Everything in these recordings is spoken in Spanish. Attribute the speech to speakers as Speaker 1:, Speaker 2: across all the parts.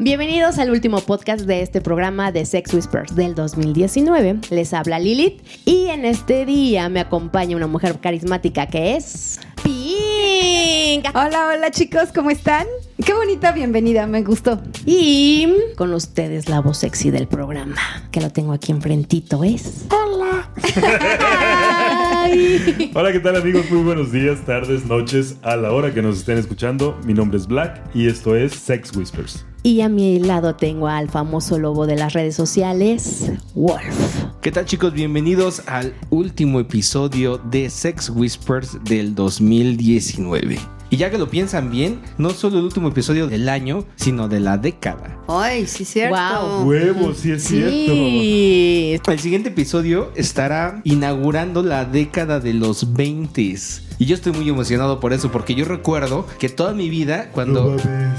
Speaker 1: Bienvenidos al último podcast de este programa de Sex Whispers del 2019. Les habla Lilith y en este día me acompaña una mujer carismática que es Pink.
Speaker 2: Hola, hola chicos, ¿cómo están? Qué bonita bienvenida, me gustó.
Speaker 1: Y con ustedes la voz sexy del programa, que lo tengo aquí enfrentito, es. Hola.
Speaker 3: Hola, ¿qué tal amigos? Muy buenos días, tardes, noches, a la hora que nos estén escuchando. Mi nombre es Black y esto es Sex Whispers.
Speaker 1: y a mi lado tengo al famoso lobo de las redes sociales, Wolf.
Speaker 4: ¿Qué tal chicos? Bienvenidos al último episodio de Sex Whispers del 2019. Y ya que lo piensan bien, no solo el último episodio del año, sino de la década.
Speaker 5: Ay, sí, cierto.
Speaker 1: Guau.
Speaker 3: Huevos, sí es cierto.
Speaker 1: Sí.
Speaker 4: El siguiente episodio estará inaugurando la década de los 20 y yo estoy muy emocionado por eso, porque yo recuerdo que toda mi vida, cuando,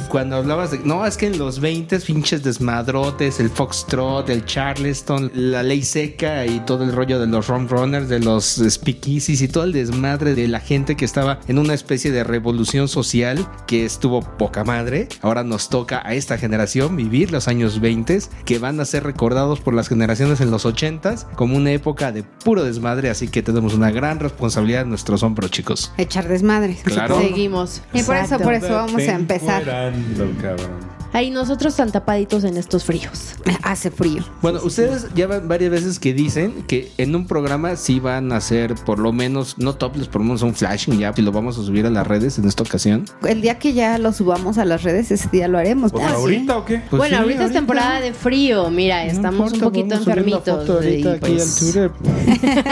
Speaker 4: cuando hablabas de... No, es que en los 20 pinches desmadrotes, el foxtrot, el charleston, la ley seca y todo el rollo de los rum runners, de los speakeasies y todo el desmadre de la gente que estaba en una especie de revolución social que estuvo poca madre. Ahora nos toca a esta generación vivir los años 20 que van a ser recordados por las generaciones en los 80 como una época de puro desmadre, así que tenemos una gran responsabilidad en nuestros hombros, chicos.
Speaker 5: Echar desmadre.
Speaker 4: Claro.
Speaker 1: Seguimos.
Speaker 5: Y por eso,
Speaker 1: Exacto.
Speaker 5: por eso vamos a empezar.
Speaker 3: Encuerando, cabrón.
Speaker 1: Ahí nosotros tan tapaditos en estos fríos.
Speaker 5: Hace frío.
Speaker 4: Bueno, ustedes ya van varias veces que dicen que en un programa sí van a hacer por lo menos, no topless, por lo menos un flashing ya, y lo vamos a subir a las redes en esta ocasión.
Speaker 5: El día que ya lo subamos a las redes, ese día lo haremos.
Speaker 3: ¿Por ahorita o qué?
Speaker 4: Pues
Speaker 1: bueno,
Speaker 4: sí,
Speaker 1: ahorita, es temporada de frío, mira,
Speaker 4: No
Speaker 1: estamos
Speaker 4: importa,
Speaker 1: un poquito
Speaker 4: vamos a subir la
Speaker 1: enfermitos.
Speaker 4: foto ahorita
Speaker 1: y
Speaker 4: aquí
Speaker 1: pues,
Speaker 4: al Twitter.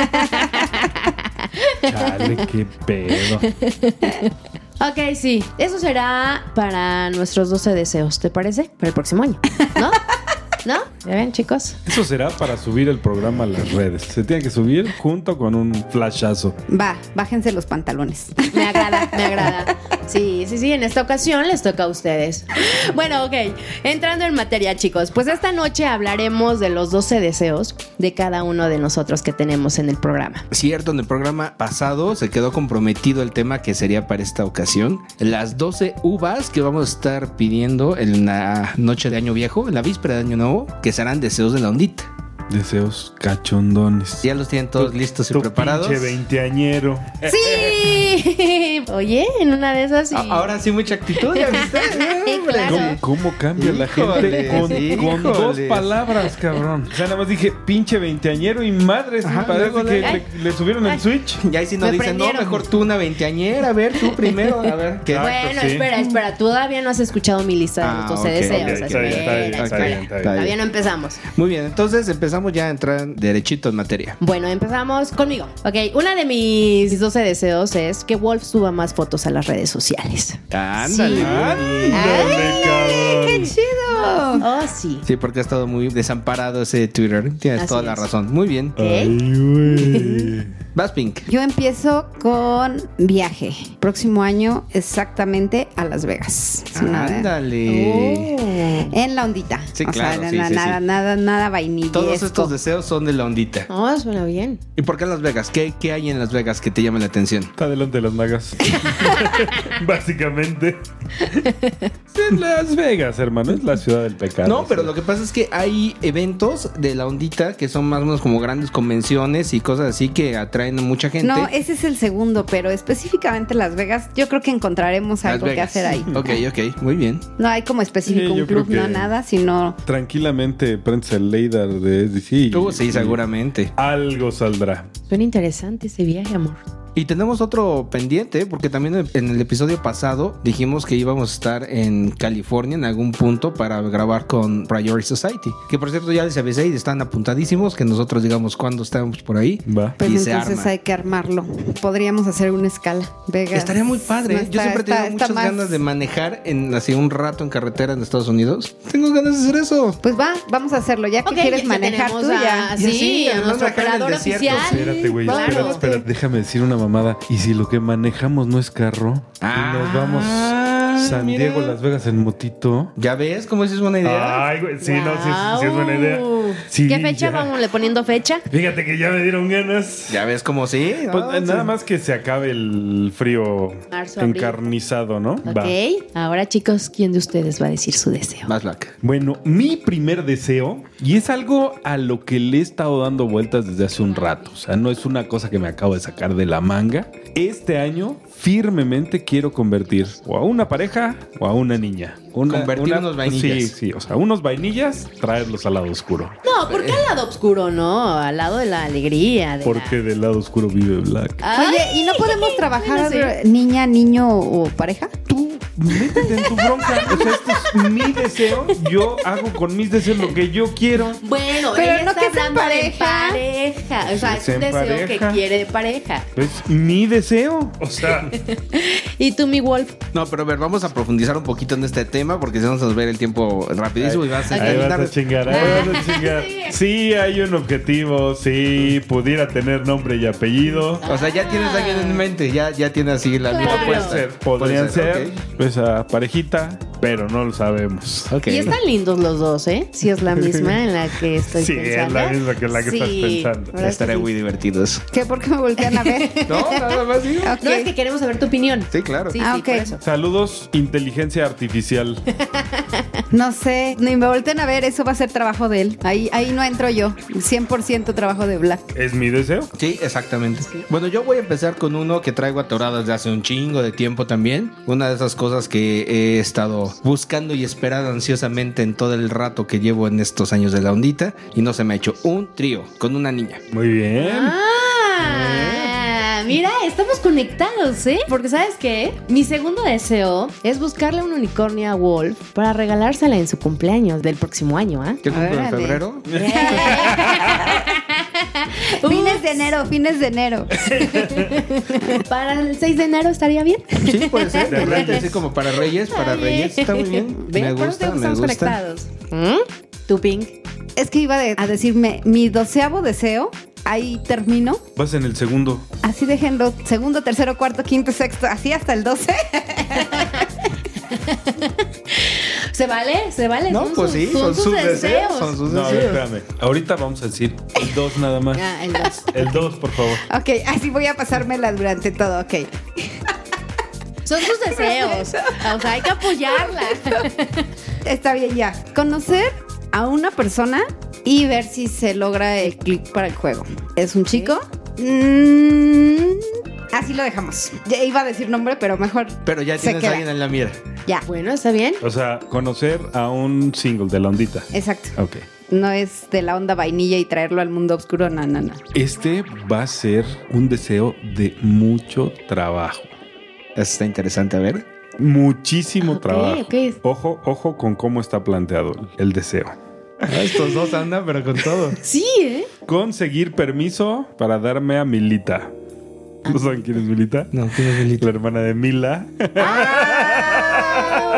Speaker 3: Chale, qué pedo.
Speaker 1: ok, sí, eso será para nuestros 12 deseos, ¿te parece? Para el próximo año, ¿no? ¿No? ¿Ya ven, chicos?
Speaker 3: Eso será para subir el programa a las redes. Se tiene que subir junto con un flashazo.
Speaker 5: Va, bájense los pantalones.
Speaker 1: Me agrada, me agrada. Sí, sí, sí, en esta ocasión les toca a ustedes. Bueno, ok, entrando en materia, chicos, pues esta noche hablaremos de los 12 deseos de cada uno de nosotros que tenemos en el programa.
Speaker 4: Cierto, en el programa pasado se quedó comprometido el tema que sería para esta ocasión. Las 12 uvas que vamos a estar pidiendo en la noche de Año Viejo, en la víspera de Año Nuevo, que serán deseos de la ondita.
Speaker 3: Deseos cachondones.
Speaker 4: Ya los tienen todos listos y
Speaker 3: Tu
Speaker 4: preparados.
Speaker 3: Pinche veinteañero.
Speaker 1: Sí. Oye, en una de esas. sí.
Speaker 4: A- Ah, Ahora sí, mucha actitud, ¿ya viste?
Speaker 1: Sí, claro.
Speaker 3: ¿Cómo, cómo cambia la
Speaker 4: Híjoles,
Speaker 3: gente con,
Speaker 4: sí,
Speaker 3: con dos
Speaker 4: híjoles.
Speaker 3: palabras, cabrón? O sea, nada más dije pinche veinteañero y madre, sí,
Speaker 4: Ajá,
Speaker 3: parece
Speaker 4: luego
Speaker 3: que
Speaker 4: de-
Speaker 3: le, le subieron el switch.
Speaker 4: Ya si no
Speaker 1: Me
Speaker 4: dicen, no,
Speaker 1: prendieron.
Speaker 4: mejor tú una veinteañera, a ver, tú primero, a ver. ¿qué?
Speaker 3: Exacto,
Speaker 1: Bueno,
Speaker 3: sí.
Speaker 1: espera, espera. Todavía no has escuchado mi lista de los
Speaker 4: Ah,
Speaker 1: 12
Speaker 4: ok,
Speaker 1: deseos.
Speaker 3: ok, está bien, está bien,
Speaker 1: Espera,
Speaker 3: está
Speaker 1: espera.
Speaker 3: bien, está bien.
Speaker 1: Todavía no empezamos.
Speaker 4: Muy bien, entonces empezamos ya a entrar derechito en materia.
Speaker 1: Bueno, empezamos conmigo. Ok, una de mis 12 deseos es que Wolf suba más fotos a las redes sociales.
Speaker 4: Ándale. Ah.
Speaker 1: Sí.
Speaker 3: Ándale, cabrón.
Speaker 5: ¡Chido!
Speaker 1: Oh, sí.
Speaker 4: Sí, porque ha estado muy desamparado ese Twitter. Tienes
Speaker 1: Así
Speaker 4: toda la
Speaker 1: es.
Speaker 4: razón. Muy bien.
Speaker 3: Ay, güey.
Speaker 4: Vas, Pink.
Speaker 5: Yo empiezo con viaje. Próximo año, exactamente a Las Vegas. Es una- Uh,
Speaker 4: Ándale.
Speaker 1: Oh.
Speaker 5: En la ondita.
Speaker 4: Sí,
Speaker 5: o
Speaker 4: claro,
Speaker 5: sea,
Speaker 4: sí,
Speaker 5: na-
Speaker 4: sí,
Speaker 5: nada,
Speaker 4: sí.
Speaker 5: nada, nada vainilla.
Speaker 4: Todos estos deseos son de la ondita.
Speaker 1: Oh, suena bien.
Speaker 4: ¿Y por qué Las Vegas? ¿Qué, ¿Qué hay en Las Vegas que te llame la atención?
Speaker 3: Está delante de las magas. Básicamente. Es Las Vegas, hermano, es la ciudad del pecado.
Speaker 4: No, pero lo que pasa es que hay eventos de la ondita que son más o menos como grandes convenciones y cosas así que atraen a mucha gente.
Speaker 5: No, ese es el segundo, pero específicamente Las Vegas, yo creo que encontraremos
Speaker 4: Las
Speaker 5: algo que
Speaker 4: Vegas.
Speaker 5: hacer ahí.
Speaker 4: Ok, ok, muy bien.
Speaker 5: No hay como específico
Speaker 3: Sí,
Speaker 5: un
Speaker 3: yo creo
Speaker 5: club, no
Speaker 3: que-
Speaker 5: nada, sino
Speaker 3: Tranquilamente prendes el radar de SDC. y-
Speaker 4: Tú sí, seguramente.
Speaker 3: Algo saldrá.
Speaker 1: Suena interesante ese viaje, amor.
Speaker 4: Y tenemos otro pendiente, porque también en el episodio pasado dijimos que íbamos a estar en California en algún punto para grabar con Priority Society. Que por cierto ya les avisé y están apuntadísimos que nosotros digamos cuándo estamos por ahí.
Speaker 3: Va.
Speaker 5: Pues
Speaker 4: y se
Speaker 5: entonces
Speaker 4: arma.
Speaker 5: hay que armarlo. Podríamos hacer una escala. Vegas.
Speaker 4: Estaría muy padre.
Speaker 5: No
Speaker 4: ¿eh? Yo
Speaker 5: está-
Speaker 4: siempre he tenido
Speaker 5: está- está
Speaker 4: muchas
Speaker 5: más-
Speaker 4: ganas de manejar en así un rato en carretera en Estados Unidos. Tengo ganas de hacer eso.
Speaker 5: Pues va, vamos a hacerlo. Ya que
Speaker 1: Ok,
Speaker 5: quieres
Speaker 1: ya
Speaker 5: manejar
Speaker 1: tenemos
Speaker 5: tú,
Speaker 1: a-
Speaker 5: ya.
Speaker 1: Sí,
Speaker 4: sí,
Speaker 1: a
Speaker 4: además
Speaker 1: nuestro
Speaker 4: bajar en el
Speaker 1: operador
Speaker 4: desierto.
Speaker 1: oficial.
Speaker 3: Espérate, güey,
Speaker 1: Claro.
Speaker 3: espérate, espérate. Déjame decir una
Speaker 6: mamada. Y si lo que manejamos no es carro,
Speaker 3: Ah.
Speaker 6: y nos
Speaker 1: Ah,
Speaker 6: vamos San
Speaker 4: mira.
Speaker 6: Diego, Las Vegas en motito.
Speaker 4: ¿Ya ves cómo esa es buena idea?
Speaker 3: Ay, güey. Sí, no, sí, es- sí es buena idea.
Speaker 1: Guau.
Speaker 3: Sí,
Speaker 1: ¿Qué fecha?
Speaker 3: ya.
Speaker 1: Vamos le poniendo fecha.
Speaker 3: Fíjate que ya me dieron ganas.
Speaker 4: ¿Ya ves cómo sí? ¿no?
Speaker 6: Pues, eh,
Speaker 4: Sí.
Speaker 6: nada más que se acabe el frío
Speaker 1: Marzo, abril.
Speaker 6: encarnizado, ¿no?
Speaker 3: Va.
Speaker 1: Ok. Ahora, chicos, ¿quién de ustedes va a decir su deseo?
Speaker 4: Más black.
Speaker 6: Bueno, mi primer deseo, y es algo a lo que le he estado dando vueltas desde hace un rato, o sea, no es una cosa que me acabo de sacar de la manga, este año firmemente quiero convertir o a una pareja o a una niña. Una,
Speaker 4: Convertir unos vainillas.
Speaker 6: Sí, sí, o sea, unos vainillas, traerlos al lado oscuro.
Speaker 1: No, ¿por qué al lado oscuro no? Al lado de la alegría. de
Speaker 6: Porque del lado oscuro vive Black.
Speaker 1: la- Ay,
Speaker 5: Oye, ¿y no podemos trabajar
Speaker 1: bueno,
Speaker 5: niña, niño o pareja?
Speaker 6: Tú métete en tu bronca, o sea, este es mi deseo, yo hago con mis deseos lo que yo quiero.
Speaker 1: Bueno,
Speaker 5: Pero
Speaker 1: ella
Speaker 5: no
Speaker 1: está
Speaker 5: que sea en
Speaker 1: hablando de
Speaker 5: pareja.
Speaker 1: pareja. O sea,
Speaker 6: Sí,
Speaker 1: es
Speaker 6: sea
Speaker 1: un
Speaker 6: en
Speaker 1: deseo
Speaker 6: pareja.
Speaker 1: que quiere de pareja.
Speaker 6: Es mi deseo.
Speaker 3: O sea,
Speaker 1: ¿Y tú, mi Wolf?
Speaker 4: No, pero a ver, vamos a profundizar un poquito en este tema porque si no se nos va a ir el tiempo rapidísimo y va a ser
Speaker 3: ahí vas a
Speaker 4: tarde.
Speaker 3: chingar, ahí vas a chingar. Sí, hay un objetivo. Sí, pudiera tener nombre y apellido.
Speaker 4: O sea, ya tienes a alguien
Speaker 1: Ah.
Speaker 4: en mente, ya, ya tienes así la vida
Speaker 3: Podría
Speaker 4: puesta.
Speaker 3: ser, podrían
Speaker 4: Puede
Speaker 3: ser
Speaker 4: ok.
Speaker 6: Esa pues, parejita,
Speaker 3: pero no lo sabemos.
Speaker 4: Ok.
Speaker 1: Y están lindos los dos, ¿eh? Si es la misma en la que estoy
Speaker 3: Sí,
Speaker 1: pensando.
Speaker 3: es la misma que la que estás
Speaker 1: Sí.
Speaker 3: pensando.
Speaker 1: ¿Verdad que
Speaker 4: Estaré
Speaker 1: sí?
Speaker 4: muy divertidos.
Speaker 5: ¿Qué? ¿Por qué me voltean a ver?
Speaker 4: No, nada más digo.
Speaker 5: Ok.
Speaker 1: No, es que queremos saber tu opinión.
Speaker 4: Sí, claro.
Speaker 1: Sí,
Speaker 5: Ah,
Speaker 1: sí,
Speaker 5: ok.
Speaker 1: por eso.
Speaker 6: Saludos, inteligencia artificial.
Speaker 5: No sé, ni me volteen a ver, eso va a ser trabajo de él. Ahí, ahí no entro yo. 100% trabajo de Black.
Speaker 3: Es mi deseo.
Speaker 4: Sí, exactamente. Bueno, yo voy a empezar con uno que traigo atorado desde hace un chingo de tiempo también. Una de esas cosas que he estado buscando y esperando ansiosamente en todo el rato que llevo en estos años de la ondita y no se me ha hecho un trío con una niña.
Speaker 3: Muy bien.
Speaker 1: Ah, mira, estamos conectados, ¿eh? Porque sabes qué? Mi segundo deseo es buscarle un unicornio a Wolf para regalársela en su cumpleaños del próximo año, ¿ah?
Speaker 4: ¿Qué cumplo en
Speaker 5: Órale.
Speaker 4: febrero?
Speaker 5: Fines de enero, fines de enero.
Speaker 1: Para el 6 de enero estaría bien.
Speaker 4: Sí, puede ser. De
Speaker 3: De
Speaker 4: repente,
Speaker 3: Reyes.
Speaker 4: así como para Reyes, para
Speaker 1: Está
Speaker 4: Reyes.
Speaker 1: bien.
Speaker 4: Está muy bien.
Speaker 1: Ven,
Speaker 4: Me
Speaker 1: por eso
Speaker 4: gusta,
Speaker 1: estamos
Speaker 4: me gusta.
Speaker 1: conectados. ¿Mm? ¿Tú, Pink?
Speaker 5: Es que iba de- a decirme, mi doceavo deseo, ahí termino.
Speaker 6: Vas en el segundo.
Speaker 5: Así déjenlo, segundo, tercero, cuarto, quinto, sexto, así hasta el 12.
Speaker 1: ¿Se vale? ¿Se vale?
Speaker 4: No,
Speaker 1: Son
Speaker 4: pues
Speaker 1: sus-
Speaker 4: sí, son sus deseos. Son sus
Speaker 6: No, a ver,
Speaker 4: deseos.
Speaker 6: espérame. Ahorita vamos a decir el dos nada más.
Speaker 1: Ah, el dos.
Speaker 3: El 2, por favor.
Speaker 5: Ok, así voy a pasármela durante todo, ok.
Speaker 1: Son sus deseos. O sea, hay que apoyarla.
Speaker 5: Está bien ya. Conocer a una persona y ver si se logra el clic para el juego. ¿Es un chico? Mm, así lo dejamos. Ya iba a decir nombre, pero mejor
Speaker 4: Pero ya
Speaker 5: Se
Speaker 4: tienes a
Speaker 5: queda.
Speaker 4: alguien en la mira.
Speaker 5: ya.
Speaker 1: Bueno, está bien.
Speaker 6: O sea, conocer a un single de la ondita.
Speaker 5: Exacto.
Speaker 6: Ok.
Speaker 5: No es de la onda vainilla y traerlo al mundo oscuro, no, no, no.
Speaker 6: Este va a ser un deseo de mucho trabajo.
Speaker 4: Eso está interesante, a ver.
Speaker 6: Muchísimo
Speaker 1: Ok,
Speaker 6: trabajo.
Speaker 1: ok.
Speaker 6: Ojo, ojo con cómo está planteado el deseo.
Speaker 4: Ah, Estos dos andan, pero con todo.
Speaker 1: Sí, ¿eh?
Speaker 6: Conseguir permiso para darme a Milita.
Speaker 5: Ah.
Speaker 6: ¿No saben quién es Milita?
Speaker 4: No, ¿quién es Lilita?
Speaker 6: La hermana de Mila.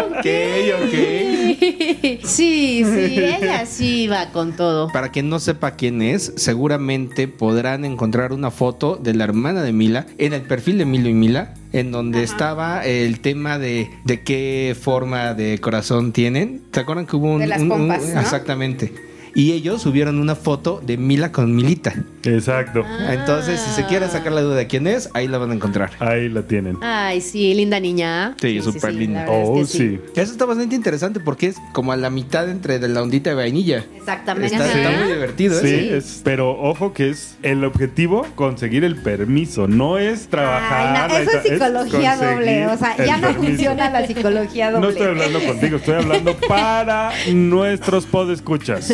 Speaker 4: Ok, ok.
Speaker 1: Sí, sí, ella sí va con todo.
Speaker 4: Para quien no sepa quién es, seguramente podrán encontrar una foto de la hermana de Mila en el perfil de Milo y Mila, en donde estaba el tema de, de qué forma de corazón tienen. ¿Se acuerdan que hubo un...
Speaker 5: De las
Speaker 4: un- un-
Speaker 5: pompas, ¿no?
Speaker 4: Exactamente. Y ellos subieron una foto de Mila con Milita.
Speaker 3: Exacto.
Speaker 5: Ah.
Speaker 4: Entonces, si se
Speaker 1: Ah.
Speaker 4: quieren sacar la duda de quién es, ahí la van a encontrar.
Speaker 3: Ahí la tienen.
Speaker 1: Ay, sí, linda niña.
Speaker 4: Sí, súper linda.
Speaker 1: la verdad es que
Speaker 3: Oh,
Speaker 1: sí.
Speaker 3: sí.
Speaker 4: Eso está bastante interesante porque es como a la mitad entre de la ondita de vainilla.
Speaker 5: Exactamente.
Speaker 4: Está, está muy divertido. ¿eh?
Speaker 3: Sí, es- pero ojo que es el objetivo conseguir el permiso, no es trabajar.
Speaker 5: Ay, no, eso es
Speaker 3: es
Speaker 5: psicología
Speaker 3: conseguir
Speaker 5: doble. O sea, ya
Speaker 3: el
Speaker 5: no
Speaker 3: permiso.
Speaker 5: funciona la psicología doble.
Speaker 3: No estoy hablando contigo, estoy hablando para nuestros podescuchas.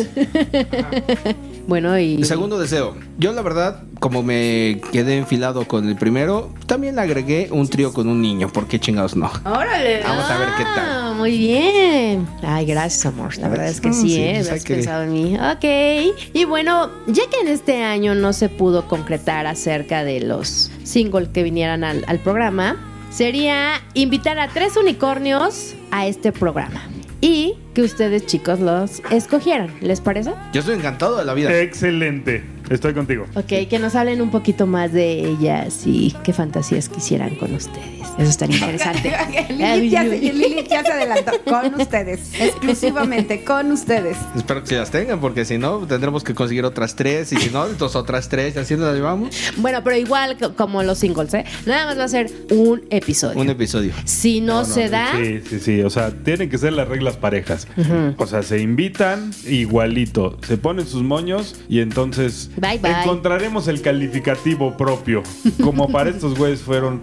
Speaker 1: Bueno, y.
Speaker 4: El segundo deseo. Yo la verdad, como me quedé enfilado con el primero, también le agregué un trío con un niño. ¿Por qué chingados no?
Speaker 1: Órale.
Speaker 4: Vamos a ver qué
Speaker 1: Ah, Muy bien. Ay, gracias, amor. La verdad es que
Speaker 4: Ah,
Speaker 1: sí,
Speaker 4: sí,
Speaker 1: ¿eh?
Speaker 4: pues hay
Speaker 1: Has
Speaker 4: que-
Speaker 1: pensado en mí. Ok. Y bueno, ya que en este año no se pudo concretar acerca de los singles que vinieran al, al programa, sería invitar a tres unicornios a este programa. Y que ustedes, chicos, los escogieran. ¿Les parece?
Speaker 3: Eh.
Speaker 4: Yo estoy encantado de la vida.
Speaker 3: Excelente. Estoy contigo.
Speaker 1: Ok, que nos hablen un poquito más de ellas y qué fantasías quisieran con ustedes. Eso estaría interesante.
Speaker 5: Lilith ya, se, Lilith ya se adelantó con ustedes, exclusivamente con ustedes.
Speaker 4: Espero que las tengan, porque si no, tendremos que conseguir otras tres. Y si no, entonces otras tres. Así las llevamos.
Speaker 1: Bueno, pero igual co- como los singles, ¿eh? Nada más va a ser un episodio.
Speaker 4: Un episodio.
Speaker 1: si no, se da,
Speaker 3: Sí, sí, sí. O sea, tienen que ser las reglas parejas. O sea, se invitan igualito. Se ponen sus moños y entonces
Speaker 1: Bye, bye.
Speaker 3: encontraremos el calificativo propio. Como para estos güeyes fueron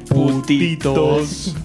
Speaker 3: putitos.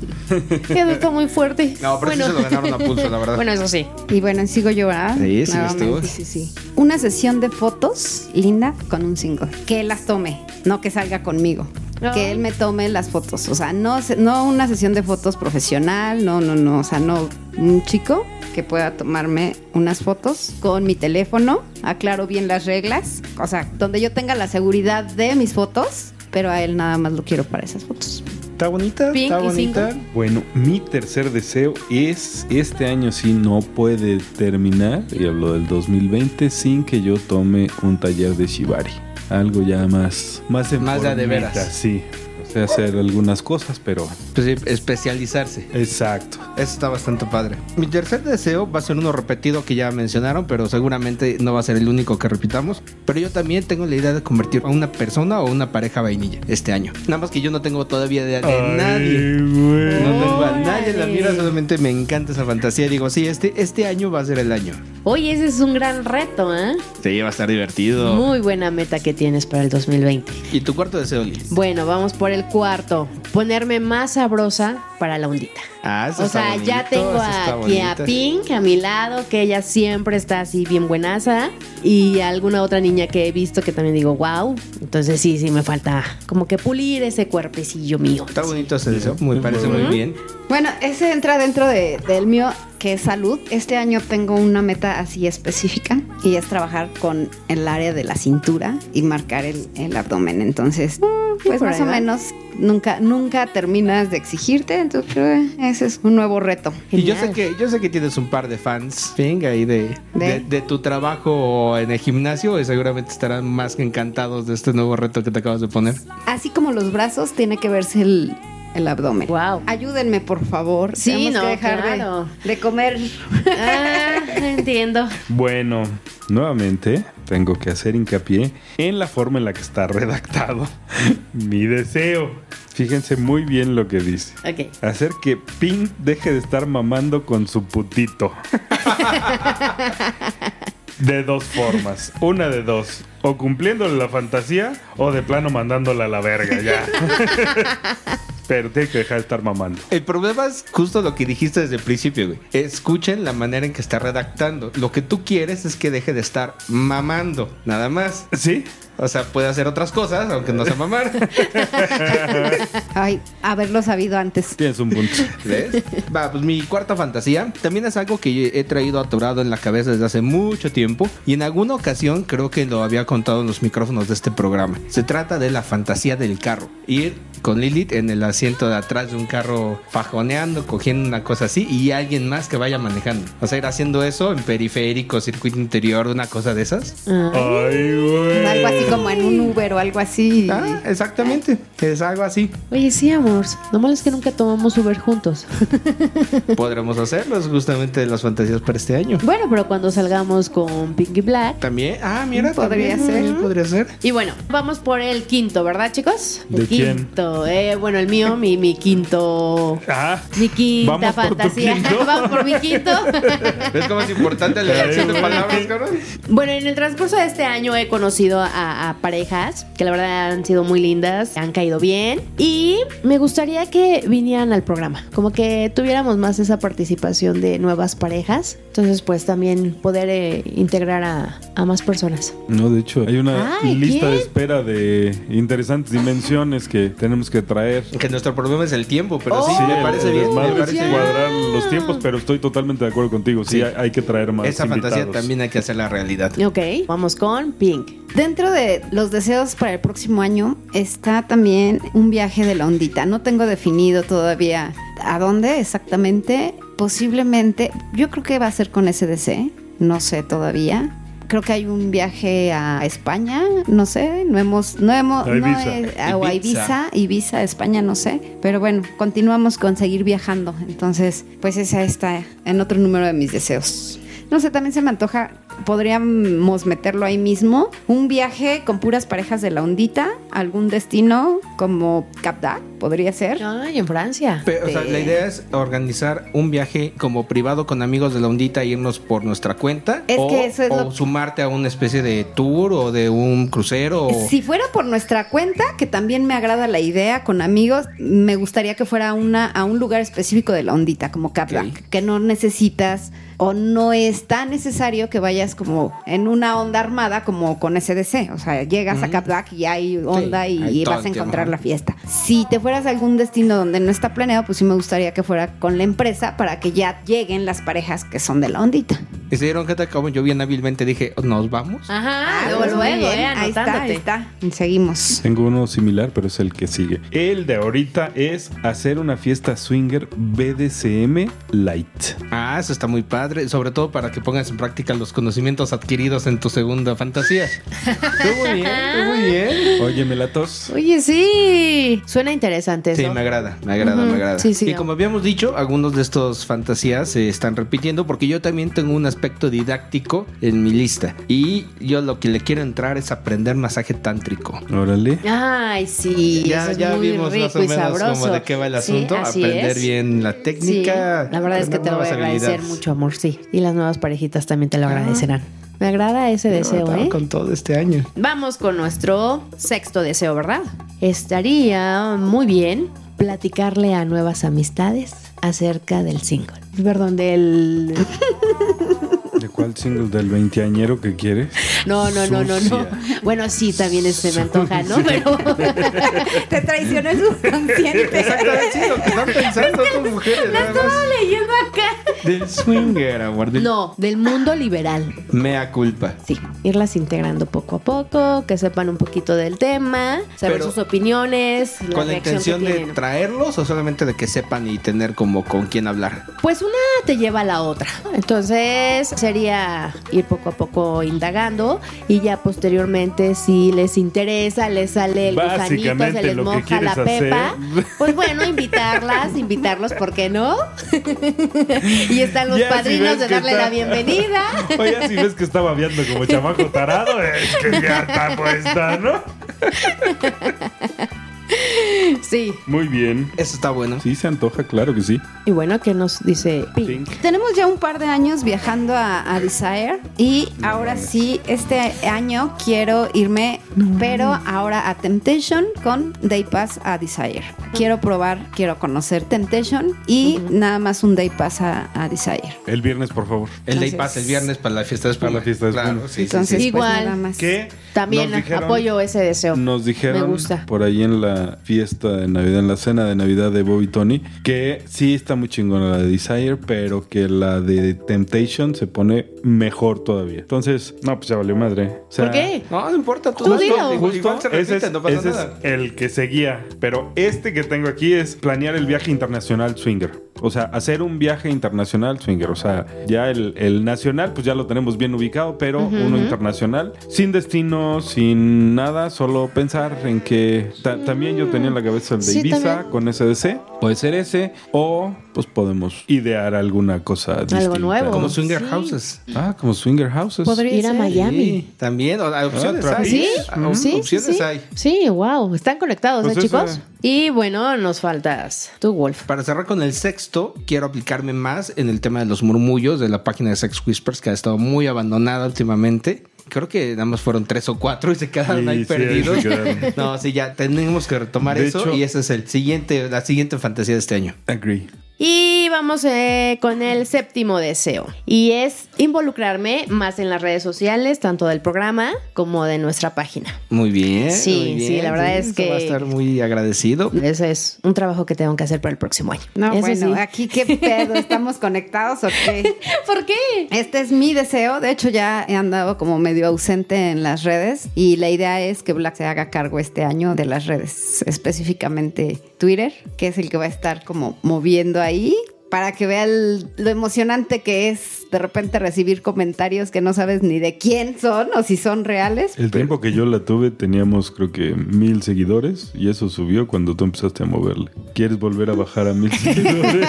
Speaker 1: qué adulto muy fuerte.
Speaker 4: No, pero sí se lo ganaron a pulso, la verdad.
Speaker 1: Bueno, eso sí.
Speaker 5: Y bueno, sigo yo, ¿verdad?
Speaker 4: Sí, sí,
Speaker 5: Nuevamente,
Speaker 4: estuvo.
Speaker 5: sí, sí, sí. Una sesión de fotos linda con un single. Que él las tome, no que salga conmigo.
Speaker 1: Ah.
Speaker 5: Que él me tome las fotos. O sea, no, se- no una sesión de fotos profesional, no, no, no. O sea, no un chico que pueda tomarme unas fotos con mi teléfono. Aclaro bien las reglas. O sea, donde yo tenga la seguridad de mis fotos, pero a él nada más lo quiero para esas fotos.
Speaker 4: Está bonita,
Speaker 1: Pink
Speaker 4: está
Speaker 1: y
Speaker 4: bonita.
Speaker 6: Bueno, mi tercer deseo es este año sí no puede terminar, y hablo del 2020, sin que yo tome un taller de Shibari. Algo ya más... Más, en
Speaker 4: Más de a de
Speaker 6: formita,
Speaker 4: veras.
Speaker 6: Sí. O sea, hacer algunas cosas, pero...
Speaker 4: Pues sí, especializarse.
Speaker 6: Exacto.
Speaker 4: Eso está bastante padre. Mi tercer deseo va a ser uno repetido que ya mencionaron, pero seguramente no va a ser el único que repitamos. Pero yo también tengo la idea de convertir a una persona o una pareja vainilla este año. Nada más que yo no tengo todavía idea de nadie.
Speaker 3: güey.
Speaker 4: No tengo a nadie en la
Speaker 1: Órale.
Speaker 4: mira, solamente me encanta esa fantasía. Digo, sí, este, este año va a ser el año.
Speaker 1: Oye, ese es un gran reto, ¿eh?
Speaker 4: Sí, va a estar divertido.
Speaker 1: Muy buena meta que tienes para el 2020.
Speaker 4: ¿Y tu cuarto deseo, Lee?
Speaker 1: Bueno, vamos por el cuarto. Ponerme más sabrosa para la ondita.
Speaker 4: Ah, eso
Speaker 1: O
Speaker 4: está
Speaker 1: sea, ya
Speaker 4: bonito,
Speaker 1: tengo
Speaker 4: eso está
Speaker 1: aquí a
Speaker 4: bonito.
Speaker 1: Pink a mi lado, que ella siempre está así bien buenaza. Y alguna otra niña que he visto que también digo, wow. Entonces sí, sí me falta como que pulir ese cuerpecillo mío.
Speaker 4: Está bonito ese deseo, me parece muy bien.
Speaker 5: Bueno, ese entra dentro de- del mío, que es salud. Este año tengo una meta así específica y es trabajar con el área de la cintura y marcar el, el abdomen. Entonces, pues
Speaker 1: Mm, por
Speaker 5: más
Speaker 1: ahí
Speaker 5: o
Speaker 1: va.
Speaker 5: menos nunca, nunca terminas de exigirte. Entonces, creo que ese es un nuevo reto.
Speaker 4: Y yo sé
Speaker 1: Genial.
Speaker 4: que yo sé que tienes un par de fans, venga ahí de,
Speaker 5: ¿De?
Speaker 4: de- de tu trabajo en el gimnasio y seguramente estarán más que encantados de este nuevo reto que te acabas de poner.
Speaker 5: Así como los brazos, tiene que verse el, el abdomen.
Speaker 1: Wow.
Speaker 5: Ayúdenme, por favor.
Speaker 1: Sí,
Speaker 5: Tenemos
Speaker 1: no,
Speaker 5: que dejar de-
Speaker 1: claro.
Speaker 5: de, comer.
Speaker 1: Ah, entiendo.
Speaker 6: Bueno, nuevamente tengo que hacer hincapié en la forma en la que está redactado mi deseo. Fíjense muy bien lo que dice.
Speaker 1: Ok.
Speaker 6: Hacer que Pink deje de estar mamando con su putito.
Speaker 3: De dos formas. Una de dos. O cumpliéndole la fantasía o de plano mandándola a la verga ya.
Speaker 6: Pero tiene que dejar de estar mamando.
Speaker 4: El problema es justo lo que dijiste desde el principio, güey. Escuchen la manera en que está redactando. Lo que tú quieres es que deje de estar mamando, nada más.
Speaker 3: ¿Sí?
Speaker 4: O sea, puede hacer otras cosas, aunque no sea mamar.
Speaker 5: Ay, haberlo sabido antes.
Speaker 6: Tienes un punto.
Speaker 4: ¿Ves? Va, pues mi cuarta fantasía también es algo que he traído atorado en la cabeza desde hace mucho tiempo y en alguna ocasión creo que lo había contado en los micrófonos de este programa. Se trata de la fantasía del carro. Ir con Lilith en el asiento de atrás de un carro fajoneando, cogiendo una cosa así y alguien más que vaya manejando. O sea, ir haciendo eso en periférico, circuito interior, una cosa de esas.
Speaker 1: Ah,
Speaker 3: Ay, güey.
Speaker 5: Algo así como en un Uber o algo así.
Speaker 4: Ah, exactamente. Es algo así.
Speaker 1: Oye, sí, amor. Lo malo es que nunca tomamos Uber juntos.
Speaker 4: Podremos hacerlo. Es justamente de las fantasías para este año.
Speaker 1: Bueno, pero cuando salgamos con Pinky Black.
Speaker 4: También, ah, mira,
Speaker 5: Podría
Speaker 4: también,
Speaker 5: ser.
Speaker 4: Podría ser.
Speaker 1: Y bueno, vamos por el quinto, ¿verdad, chicos?
Speaker 3: ¿De
Speaker 1: el
Speaker 3: quién?
Speaker 1: quinto. Eh, bueno, el mío, mi, mi quinto.
Speaker 3: Ah,
Speaker 1: Mi quinta
Speaker 3: ¿Vamos por tu
Speaker 1: fantasía.
Speaker 3: quinto?
Speaker 1: vamos por mi quinto.
Speaker 4: ¿Ves cómo es importante la elección de palabras, cabrón?
Speaker 1: bueno, en el transcurso de este año he conocido a, a parejas que la verdad han sido muy lindas, han caído bien. Y me gustaría que vinieran al programa. Como que tuviéramos más esa participación de nuevas parejas. Entonces, pues también poder eh, integrar a, a más personas.
Speaker 6: No, de hecho, hay una
Speaker 1: Ay,
Speaker 6: lista de
Speaker 1: ¿quién?
Speaker 6: espera de interesantes dimensiones que tenemos que traer.
Speaker 4: Que nuestro problema es el tiempo, pero sí,
Speaker 1: Oh,
Speaker 4: me parece bien. Me
Speaker 3: desmadre es
Speaker 4: parece
Speaker 1: ya.
Speaker 4: bien.
Speaker 3: cuadrar los tiempos, pero estoy totalmente de acuerdo contigo. Sí,
Speaker 4: Sí.
Speaker 3: hay, hay que traer más.
Speaker 4: Esa fantasía
Speaker 3: invitados.
Speaker 4: también hay que hacerla realidad.
Speaker 1: Ok, vamos con Pink.
Speaker 5: Dentro de los deseos para el próximo año está también un viaje de la ondita. No tengo definido todavía a dónde exactamente. Posiblemente, yo creo que va a ser con SDC. No sé todavía. creo que hay un viaje a España, no sé, no hemos, no hemos,
Speaker 3: A
Speaker 5: no
Speaker 3: Ibiza.
Speaker 5: es- a- o a
Speaker 4: Ibiza.
Speaker 5: Ibiza, Ibiza, España, no sé, pero bueno, continuamos con seguir viajando, entonces, pues esa está en otro número de mis deseos. No sé, también se me antoja, podríamos meterlo ahí mismo, un viaje con puras parejas de la ondita, algún destino como Cap d'Ac, podría ser.
Speaker 1: Ay, en Francia.
Speaker 4: Pero, o sea,
Speaker 5: Sí.
Speaker 4: la idea es organizar un viaje como privado con amigos de la ondita e irnos por nuestra cuenta.
Speaker 5: Es
Speaker 4: o,
Speaker 5: que eso es
Speaker 4: o
Speaker 5: lo-
Speaker 4: sumarte a una especie de tour o de un crucero. o-
Speaker 5: Si fuera por nuestra cuenta, que también me agrada la idea con amigos, me gustaría que fuera una, a un lugar específico de la ondita, como Catlac, que no necesitas o no es tan necesario que vayas como en una onda armada como con SDC. O sea, llegas a Catlac y hay onda y,
Speaker 4: hay
Speaker 5: y
Speaker 4: todo
Speaker 5: vas a
Speaker 4: el tiempo,
Speaker 5: encontrar
Speaker 4: ajá.
Speaker 5: la fiesta. Si te fueras a algún destino donde no está planeado, pues sí me gustaría que fuera con la empresa para que ya lleguen las parejas que son de la ondita.
Speaker 4: Y se dieron cuenta como yo bien hábilmente dije, ¿nos vamos?
Speaker 1: Ajá,
Speaker 5: Ah,
Speaker 1: luego,
Speaker 5: pues muy
Speaker 1: luego,
Speaker 5: bien.
Speaker 1: eh,
Speaker 5: ahí está, ahí
Speaker 1: anotándote.
Speaker 5: está. Seguimos.
Speaker 6: Tengo uno similar, pero es el que sigue. El de ahorita es hacer una fiesta swinger BDSM light.
Speaker 4: Ah, eso está muy padre, sobre todo para que pongas en práctica los conocimientos adquiridos en tu segunda fantasía. Tú muy bien, tú muy bien.
Speaker 6: Oye, Melatos.
Speaker 1: Oye, sí. Suena interesante eso.
Speaker 4: Sí, me agrada, me agrada,
Speaker 1: Ujú,
Speaker 4: me agrada.
Speaker 1: sí, sí.
Speaker 4: y como habíamos dicho, algunos de estos fantasías se están repitiendo porque yo también tengo un aspecto didáctico en mi lista. Y yo lo que le quiero entrar es aprender masaje tántrico.
Speaker 6: Órale.
Speaker 1: Ay, sí. eso
Speaker 4: ya
Speaker 1: es
Speaker 4: ya
Speaker 1: muy
Speaker 4: vimos
Speaker 1: rico
Speaker 4: más o
Speaker 1: y
Speaker 4: menos
Speaker 1: sabroso.
Speaker 4: cómo de qué va el
Speaker 1: Sí,
Speaker 4: asunto,
Speaker 1: así
Speaker 4: aprender
Speaker 1: es.
Speaker 4: bien la
Speaker 1: Sí,
Speaker 4: técnica.
Speaker 1: la verdad es que te
Speaker 4: aprender
Speaker 1: lo voy a
Speaker 4: nuevas
Speaker 1: agradecer
Speaker 4: habilidades.
Speaker 1: mucho, amor, sí. Y las nuevas parejitas también te lo agradecerán. Me agrada ese deseo,
Speaker 4: Estaba
Speaker 1: ¿eh?
Speaker 4: Con todo este año.
Speaker 1: Vamos con nuestro sexto deseo, ¿verdad? Estaría muy bien platicarle a nuevas amistades acerca del single. Perdón, del...
Speaker 6: ¿De cuál single del veinteañero que quieres?
Speaker 1: No, no, no, no, no.
Speaker 6: Sucia.
Speaker 1: Bueno, sí, también este me antoja, ¿no? Pero...
Speaker 5: Te traicionó el subconsciente.
Speaker 4: Exactamente, sí, lo que están pensando estas mujeres. nada más.
Speaker 1: leyendo acá.
Speaker 4: Del swinger, amor. del-
Speaker 1: No, del mundo liberal.
Speaker 4: Mea culpa.
Speaker 1: Sí, irlas integrando poco a poco, que sepan un poquito del tema, saber
Speaker 4: Pero-
Speaker 1: sus opiniones, la
Speaker 4: ¿Con la
Speaker 1: reacción
Speaker 4: intención
Speaker 1: que
Speaker 4: de
Speaker 1: tienen.
Speaker 4: traerlos o solamente de que sepan y tener como con quién hablar?
Speaker 1: Pues una te lleva a la otra. Entonces sería ir poco a poco indagando y ya posteriormente si les interesa, les sale el gusanito,
Speaker 3: Básicamente
Speaker 1: se les
Speaker 3: lo que
Speaker 1: moja la
Speaker 3: quieres
Speaker 1: pepa,
Speaker 3: hacer.
Speaker 1: pues bueno, invitarlas, invitarlos, ¿por qué no? y están los
Speaker 3: Ya, si
Speaker 1: padrinos
Speaker 3: ves
Speaker 1: de
Speaker 3: que
Speaker 1: darle
Speaker 3: está-
Speaker 1: la bienvenida.
Speaker 3: Oye, si ves que está babeando como chamaco tarado, es que ya está puesta, ¿no?
Speaker 1: Sí.
Speaker 3: Muy bien.
Speaker 4: Eso está bueno.
Speaker 6: Sí, se antoja, claro que sí.
Speaker 1: Y bueno, ¿qué nos dice Pi?
Speaker 6: Pink.
Speaker 5: Tenemos ya un par de años viajando a, a Desire y ahora sí, este año quiero irme, pero ahora a Temptation con Day Pass a Desire. Quiero probar, quiero conocer Temptation y nada más un Day Pass a, a Desire.
Speaker 6: El viernes, por favor.
Speaker 4: El Day
Speaker 5: Entonces-
Speaker 4: Pass el viernes para la fiesta de espuma.
Speaker 6: Para la fiesta de espuma.
Speaker 4: Claro, sí, sí,
Speaker 5: Entonces,
Speaker 4: sí.
Speaker 1: Igual.
Speaker 5: pues nada más.
Speaker 3: ¿Qué?
Speaker 1: También
Speaker 3: Nos dijeron-
Speaker 1: apoyo ese deseo.
Speaker 6: Nos dijeron
Speaker 1: Me gusta.
Speaker 6: por ahí en la fiesta de Navidad, en la cena de Navidad de Bobby Tony, que sí está muy chingona la de Desire, pero que la de Temptation se pone mejor todavía. Entonces, no, pues ya valió madre. O sea,
Speaker 1: ¿Por qué?
Speaker 4: No, no importa. Tú,
Speaker 1: Tú
Speaker 4: vas-
Speaker 1: dilo.
Speaker 4: igual-
Speaker 3: Justo,
Speaker 4: igual se
Speaker 3: ese,
Speaker 4: repite,
Speaker 3: es,
Speaker 4: no pasa
Speaker 3: ese es
Speaker 4: nada.
Speaker 3: el que seguía. Pero este que tengo aquí es planear el viaje internacional swinger.
Speaker 6: O sea, hacer un viaje internacional swinger. O sea, ya el, el nacional, pues ya lo tenemos bien ubicado, pero uno internacional, sin destino, sin nada, solo pensar en que ta- también yo tenía en la cabeza el de
Speaker 1: Sí,
Speaker 6: Ibiza
Speaker 1: también.
Speaker 6: con SDC, puede ser ese, o pues podemos idear alguna cosa distinta.
Speaker 1: nuevo.
Speaker 4: Como
Speaker 6: Como-
Speaker 4: swinger
Speaker 1: Oh, Sí.
Speaker 4: houses.
Speaker 6: ah, como swinger houses.
Speaker 1: Podría ir a Miami.
Speaker 4: Sí, también. o- Hay opciones
Speaker 6: Ah,
Speaker 4: hay.
Speaker 1: ¿Sí?
Speaker 4: Ah,
Speaker 1: Sí,
Speaker 4: Opciones
Speaker 1: sí, sí.
Speaker 4: hay.
Speaker 1: Sí, wow. Están conectados,
Speaker 6: Pues
Speaker 1: ¿eh,
Speaker 6: eso.
Speaker 1: chicos? Y bueno, nos faltas tú, Wolf.
Speaker 4: Para cerrar con el sexto, quiero aplicarme más en el tema de los murmullos de la página de Sex Whispers, que ha estado muy abandonada últimamente. Creo que nada más fueron tres o cuatro y se quedaron
Speaker 3: Sí,
Speaker 4: ahí
Speaker 3: sí, ahí
Speaker 4: perdidos.
Speaker 3: se quedaron.
Speaker 4: No, sí, ya tenemos que retomar
Speaker 3: De
Speaker 4: eso
Speaker 3: hecho-
Speaker 4: y esa es el siguiente, la siguiente fantasía de este año.
Speaker 6: Agree.
Speaker 1: Y vamos eh, con el séptimo deseo. Y es involucrarme más en las redes sociales, tanto del programa como de nuestra página.
Speaker 4: Muy bien.
Speaker 1: Sí,
Speaker 4: muy bien,
Speaker 1: sí, la verdad es
Speaker 4: eso
Speaker 1: que-
Speaker 4: va a estar muy agradecido.
Speaker 1: Ese es un trabajo que tengo que hacer para el próximo año.
Speaker 5: No,
Speaker 1: Eso
Speaker 5: Eh, bueno,
Speaker 1: pues sí.
Speaker 5: aquí qué pedo, ¿estamos conectados o qué?
Speaker 1: ¿Por qué?
Speaker 5: Este es mi deseo. De hecho, ya he andado como medio ausente en las redes y la idea es que Black se haga cargo este año de las redes, específicamente Twitter, que es el que va a estar como moviendo ahí. para que vea el- lo emocionante que es de repente recibir comentarios que no sabes ni de quién son o si son reales.
Speaker 3: El tiempo que yo la tuve teníamos creo que mil seguidores y eso subió cuando tú empezaste a moverle. ¿Quieres volver a bajar a mil seguidores?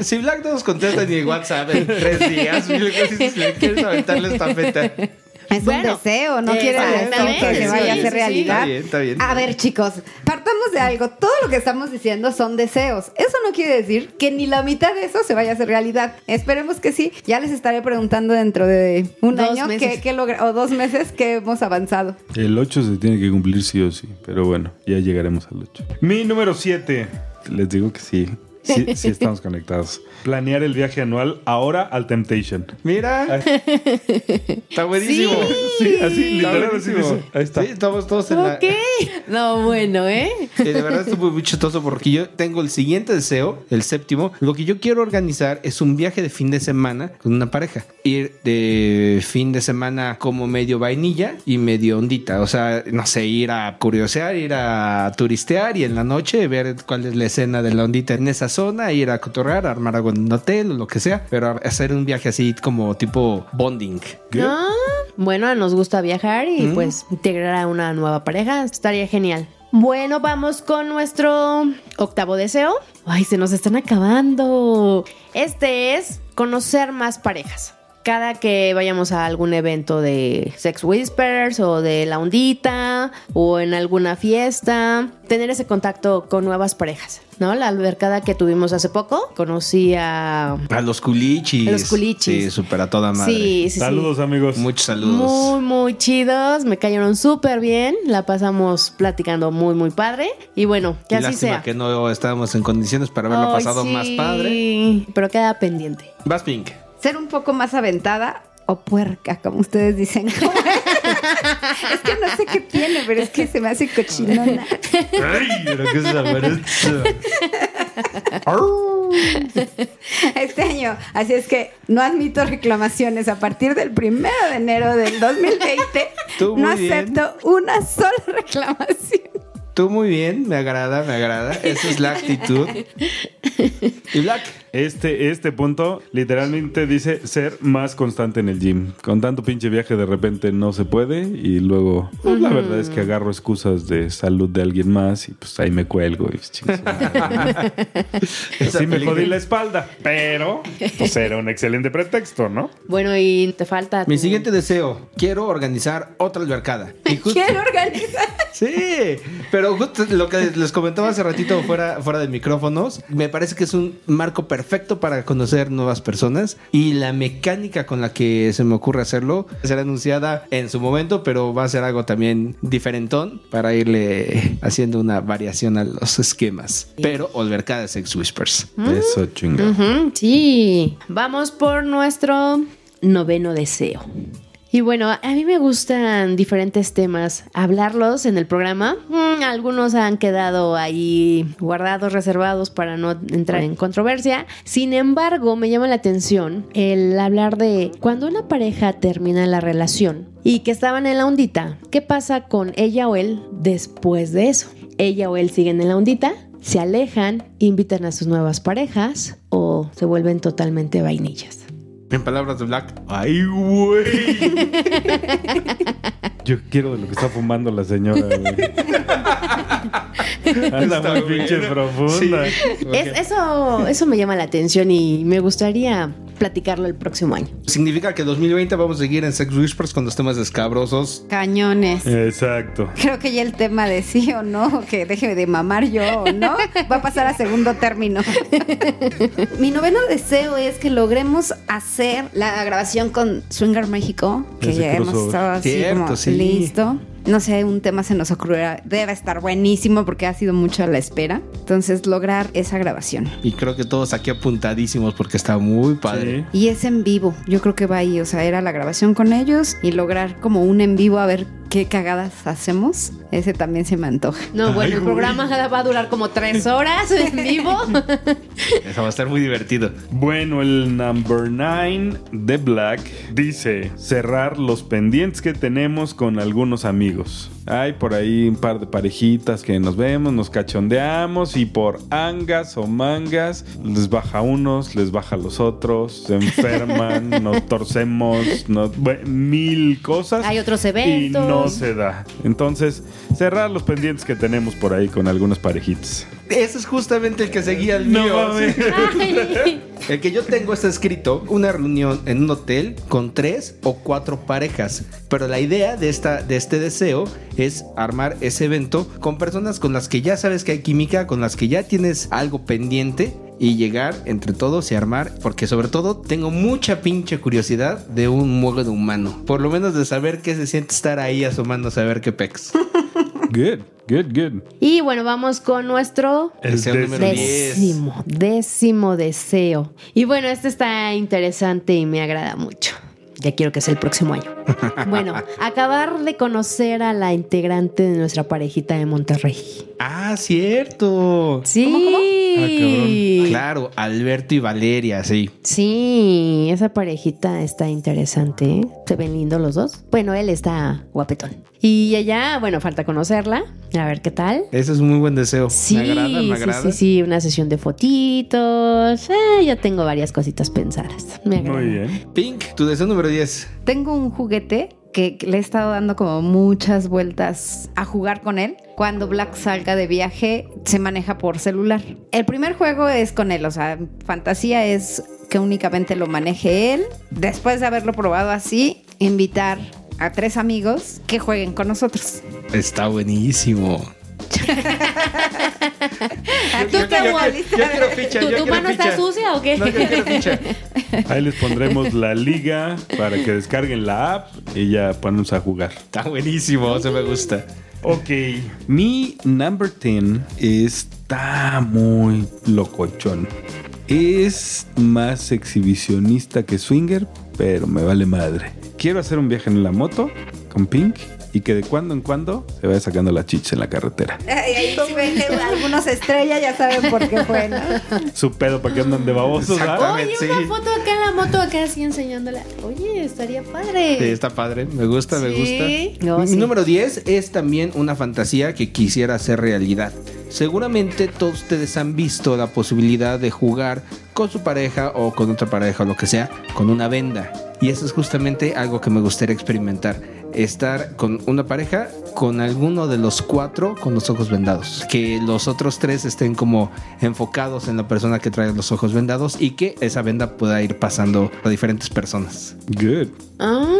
Speaker 4: Si Black no nos contesta ni en WhatsApp en tres días, le quieres aventar la estafeta.
Speaker 5: Es
Speaker 1: Bueno,
Speaker 5: un deseo, no quiere decir
Speaker 1: exactamente,
Speaker 5: que
Speaker 4: sí,
Speaker 5: vaya a
Speaker 4: sí,
Speaker 5: ser
Speaker 4: sí.
Speaker 5: realidad.
Speaker 4: Está bien, está bien.
Speaker 5: A ver, chicos, partamos de algo. Todo lo que estamos diciendo son deseos. Eso no quiere decir que ni la mitad de eso se vaya a hacer realidad. Esperemos que sí. Ya les estaré preguntando dentro de un
Speaker 1: Dos
Speaker 5: año
Speaker 1: meses.
Speaker 5: que, o dos meses que hemos avanzado.
Speaker 3: El 8 se tiene que cumplir sí o sí, pero bueno, ya llegaremos al 8. Mi número 7. Les digo que sí. Sí, sí estamos conectados. Planear el viaje anual ahora al Temptation.
Speaker 4: Mira. Está buenísimo.
Speaker 3: Sí, así, literal, así
Speaker 4: buenísimo.
Speaker 3: dice. Ahí está.
Speaker 4: Sí, estamos todos en la.
Speaker 1: Ok. No, bueno, ¿eh?
Speaker 4: Eh, de verdad estuvo muy chistoso porque yo tengo el siguiente deseo, el séptimo. Lo que yo quiero organizar es un viaje de fin de semana con una pareja. Ir de fin de semana como medio vainilla y medio ondita. O sea, no sé, ir a curiosear, ir a turistear y en la noche ver cuál es la escena de la ondita en esa zona, ir a cotorrear, armar algo en un hotel o lo que sea. Pero hacer un viaje así como tipo bonding.
Speaker 1: No. Bueno, nos gusta viajar y
Speaker 4: Mm.
Speaker 1: pues integrar a una nueva pareja estaría genial. Bueno, vamos con nuestro octavo deseo. Ay, se nos están acabando. Este es conocer más parejas. Cada que vayamos a algún evento de Sex Whispers o de La Ondita o en alguna fiesta, tener ese contacto con nuevas parejas, ¿no? La albercada que tuvimos hace poco, conocí a...
Speaker 4: A los culichis.
Speaker 1: A los culichis.
Speaker 4: Sí, súper a toda madre.
Speaker 1: Sí, sí, sí.
Speaker 3: Saludos, amigos.
Speaker 4: Muchos saludos.
Speaker 1: Muy, muy chidos. Me cayeron súper bien. La pasamos platicando muy, muy padre. Y bueno, que
Speaker 4: Y
Speaker 1: así
Speaker 4: lástima
Speaker 1: sea.
Speaker 4: que no estábamos en condiciones para haberlo
Speaker 1: Ay,
Speaker 4: pasado
Speaker 1: sí,
Speaker 4: más padre.
Speaker 1: Pero queda pendiente.
Speaker 4: Vas Pink.
Speaker 5: Ser un poco más aventada o puerca, como ustedes dicen. ¿Cómo es? es que no sé qué tiene, pero es que se me hace cochinona. este año. Así es que no admito reclamaciones. A partir del primero de enero del 2020,
Speaker 4: Tú
Speaker 5: no
Speaker 4: muy bien.
Speaker 5: acepto una sola reclamación.
Speaker 4: Tú muy bien, me agrada, me agrada. Esa es la actitud. Y Black.
Speaker 3: Este, este punto literalmente dice ser más constante en el gym. Con tanto pinche viaje de repente no se puede y luego pues, la verdad es que agarro excusas de salud de alguien más y pues ahí me cuelgo. Y, chingas.
Speaker 4: Esa
Speaker 3: sí me
Speaker 4: película.
Speaker 3: jodí la espalda, pero pues era un excelente pretexto, ¿no?
Speaker 1: Bueno, y te falta.
Speaker 4: Mi
Speaker 1: tu-
Speaker 4: siguiente deseo, quiero organizar otra albercada. Y justo-
Speaker 5: Quiero organizar.
Speaker 4: Sí, pero justo lo que les comentaba hace ratito fuera, fuera de micrófonos, me parece que es un marco perfecto para conocer nuevas personas y la mecánica con la que se me ocurre hacerlo será anunciada en su momento, pero va a ser algo también diferentón para irle haciendo una variación a los esquemas. Pero Olvercada de Sex Whispers.
Speaker 1: ¿Mm?
Speaker 3: Eso chinga.
Speaker 1: Ujú, sí. Vamos por nuestro noveno deseo. Y bueno, a mí me gustan diferentes temas, hablarlos en el programa. Mm, algunos han quedado ahí guardados, reservados para no entrar en controversia. Sin embargo, me llama la atención el hablar de cuando una pareja termina la relación y que estaban en la ondita, ¿qué pasa con ella o él después de eso? Ella o él siguen en la ondita, se alejan, invitan a sus nuevas parejas o se vuelven totalmente vainillas.
Speaker 4: En palabras de Black.
Speaker 3: Ay, güey. Yo quiero de lo que está fumando la señora, güey. Anda
Speaker 4: Está
Speaker 3: muy pinche
Speaker 4: bueno.
Speaker 3: profunda.
Speaker 1: Es- eso, eso me llama la atención y me gustaría platicarlo el próximo año.
Speaker 4: Significa que 2020 vamos a seguir en Sex Whispers con los temas escabrosos.
Speaker 5: Cañones.
Speaker 3: Exacto.
Speaker 5: Creo que ya el tema de sí o no, que deje de mamar yo o no, va a pasar a segundo término. Mi noveno deseo es que logremos hacer la grabación con Swinger México, que
Speaker 3: Ese
Speaker 5: ya hemos
Speaker 3: crossover.
Speaker 5: estado así
Speaker 4: Cierto,
Speaker 5: como
Speaker 4: sí.
Speaker 5: listo. No sé, un tema se nos ocurrirá. Debe estar buenísimo porque ha sido mucho a la espera. Entonces, lograr esa grabación.
Speaker 4: Y creo que todos aquí apuntadísimos porque está muy padre.
Speaker 3: Sí.
Speaker 5: Y es en vivo. Yo creo que va ahí. O sea, era la grabación con ellos y lograr como un en vivo a ver qué cagadas hacemos, ese también se me antoja.
Speaker 1: No, bueno, el programa va a durar como tres horas en vivo.
Speaker 4: Eso va a estar muy divertido.
Speaker 3: Bueno, el number 9 de Black dice cerrar los pendientes que tenemos con algunos amigos. Hay por ahí un par de parejitas que nos vemos, nos cachondeamos y por angas o mangas les baja a unos, les baja a los otros, se enferman, nos torcemos, nos- bueno, mil cosas.
Speaker 1: Hay otros
Speaker 3: Y
Speaker 1: eventos.
Speaker 3: no se da. Entonces, cerrar los pendientes que tenemos por ahí con algunas parejitas.
Speaker 4: Ese es justamente el que seguía el mío.
Speaker 3: mames.
Speaker 1: Ay.
Speaker 4: El que yo tengo está escrito una reunión en un hotel con tres o cuatro parejas. Pero la idea de, esta, de este deseo es armar ese evento con personas con las que ya sabes que hay química, con las que ya tienes algo pendiente. Y llegar entre todos y armar, porque sobre todo tengo mucha pinche curiosidad de un mueble humano. Por lo menos de saber qué se siente estar ahí asomando a saber qué pex.
Speaker 3: Good, good, good.
Speaker 1: Y bueno, vamos con nuestro
Speaker 4: Deseo número 10.
Speaker 1: décimo, décimo deseo. Y bueno, este está interesante y me agrada mucho. Ya quiero que sea el próximo año. Bueno, acabar de conocer a la integrante de nuestra parejita de Monterrey.
Speaker 4: Ah, cierto.
Speaker 1: Sí.
Speaker 4: Ah, Claro, Alberto y Valeria, sí.
Speaker 1: Sí, esa parejita está interesante. ¿eh? Se ven lindos los dos. Bueno, él está guapetón. Y ella, bueno, falta conocerla. A ver qué tal.
Speaker 4: Ese es un muy buen deseo.
Speaker 1: Sí,
Speaker 4: me agrada, me
Speaker 1: sí,
Speaker 4: agrada.
Speaker 1: sí, sí, una sesión de fotitos. Eh, ya tengo varias cositas pensadas. Me agrada.
Speaker 3: Muy bien.
Speaker 4: Pink, tu deseo número 10.
Speaker 5: Tengo un juguete que le he estado dando como muchas vueltas a jugar con él. Cuando Black salga de viaje, se maneja por celular. El primer juego es con él, o sea, fantasía es que únicamente lo maneje él. Después de haberlo probado así, invitar a tres amigos que jueguen con nosotros.
Speaker 4: Está buenísimo.
Speaker 5: Ah, Tú te
Speaker 4: Yo quiero ficha,
Speaker 1: ¿Tu,
Speaker 4: yo
Speaker 1: tu
Speaker 4: quiero
Speaker 1: mano está
Speaker 4: ficha.
Speaker 1: sucia o qué?
Speaker 4: No, yo quiero ficha.
Speaker 3: Ahí les pondremos la liga para que descarguen la app y ya ponemos a jugar.
Speaker 4: Está buenísimo, se me gusta.
Speaker 3: Ok. Mi number 10 está muy locochón. Es más exhibicionista que swinger, pero me vale madre. Quiero hacer un viaje en la moto con Pink y que de cuando en cuando se vaya sacando la chicha en la carretera.
Speaker 5: Ahí sí ven que algunos estrellas ya saben por qué fue, ¿no?
Speaker 3: Su pedo para que andan de babosos, ah? ¿verdad?
Speaker 1: Oye,
Speaker 4: Sí.
Speaker 1: una foto acá en la moto, acá así enseñándola. Oye, estaría
Speaker 4: Sí,
Speaker 1: padre.
Speaker 4: está padre, me gusta, me
Speaker 1: Sí.
Speaker 4: gusta.
Speaker 1: No,
Speaker 4: Mi
Speaker 1: sí.
Speaker 4: número 10 es también una fantasía que quisiera hacer realidad. Seguramente todos ustedes han visto la posibilidad de jugar con su pareja o con otra pareja o lo que sea, con una venda. Y eso es justamente algo que me gustaría experimentar. Estar con una pareja, con alguno de los cuatro con los ojos vendados. Que los otros tres estén como enfocados en la persona que trae los ojos vendados y que esa venda pueda ir pasando a diferentes personas.
Speaker 3: Good.
Speaker 1: Ah,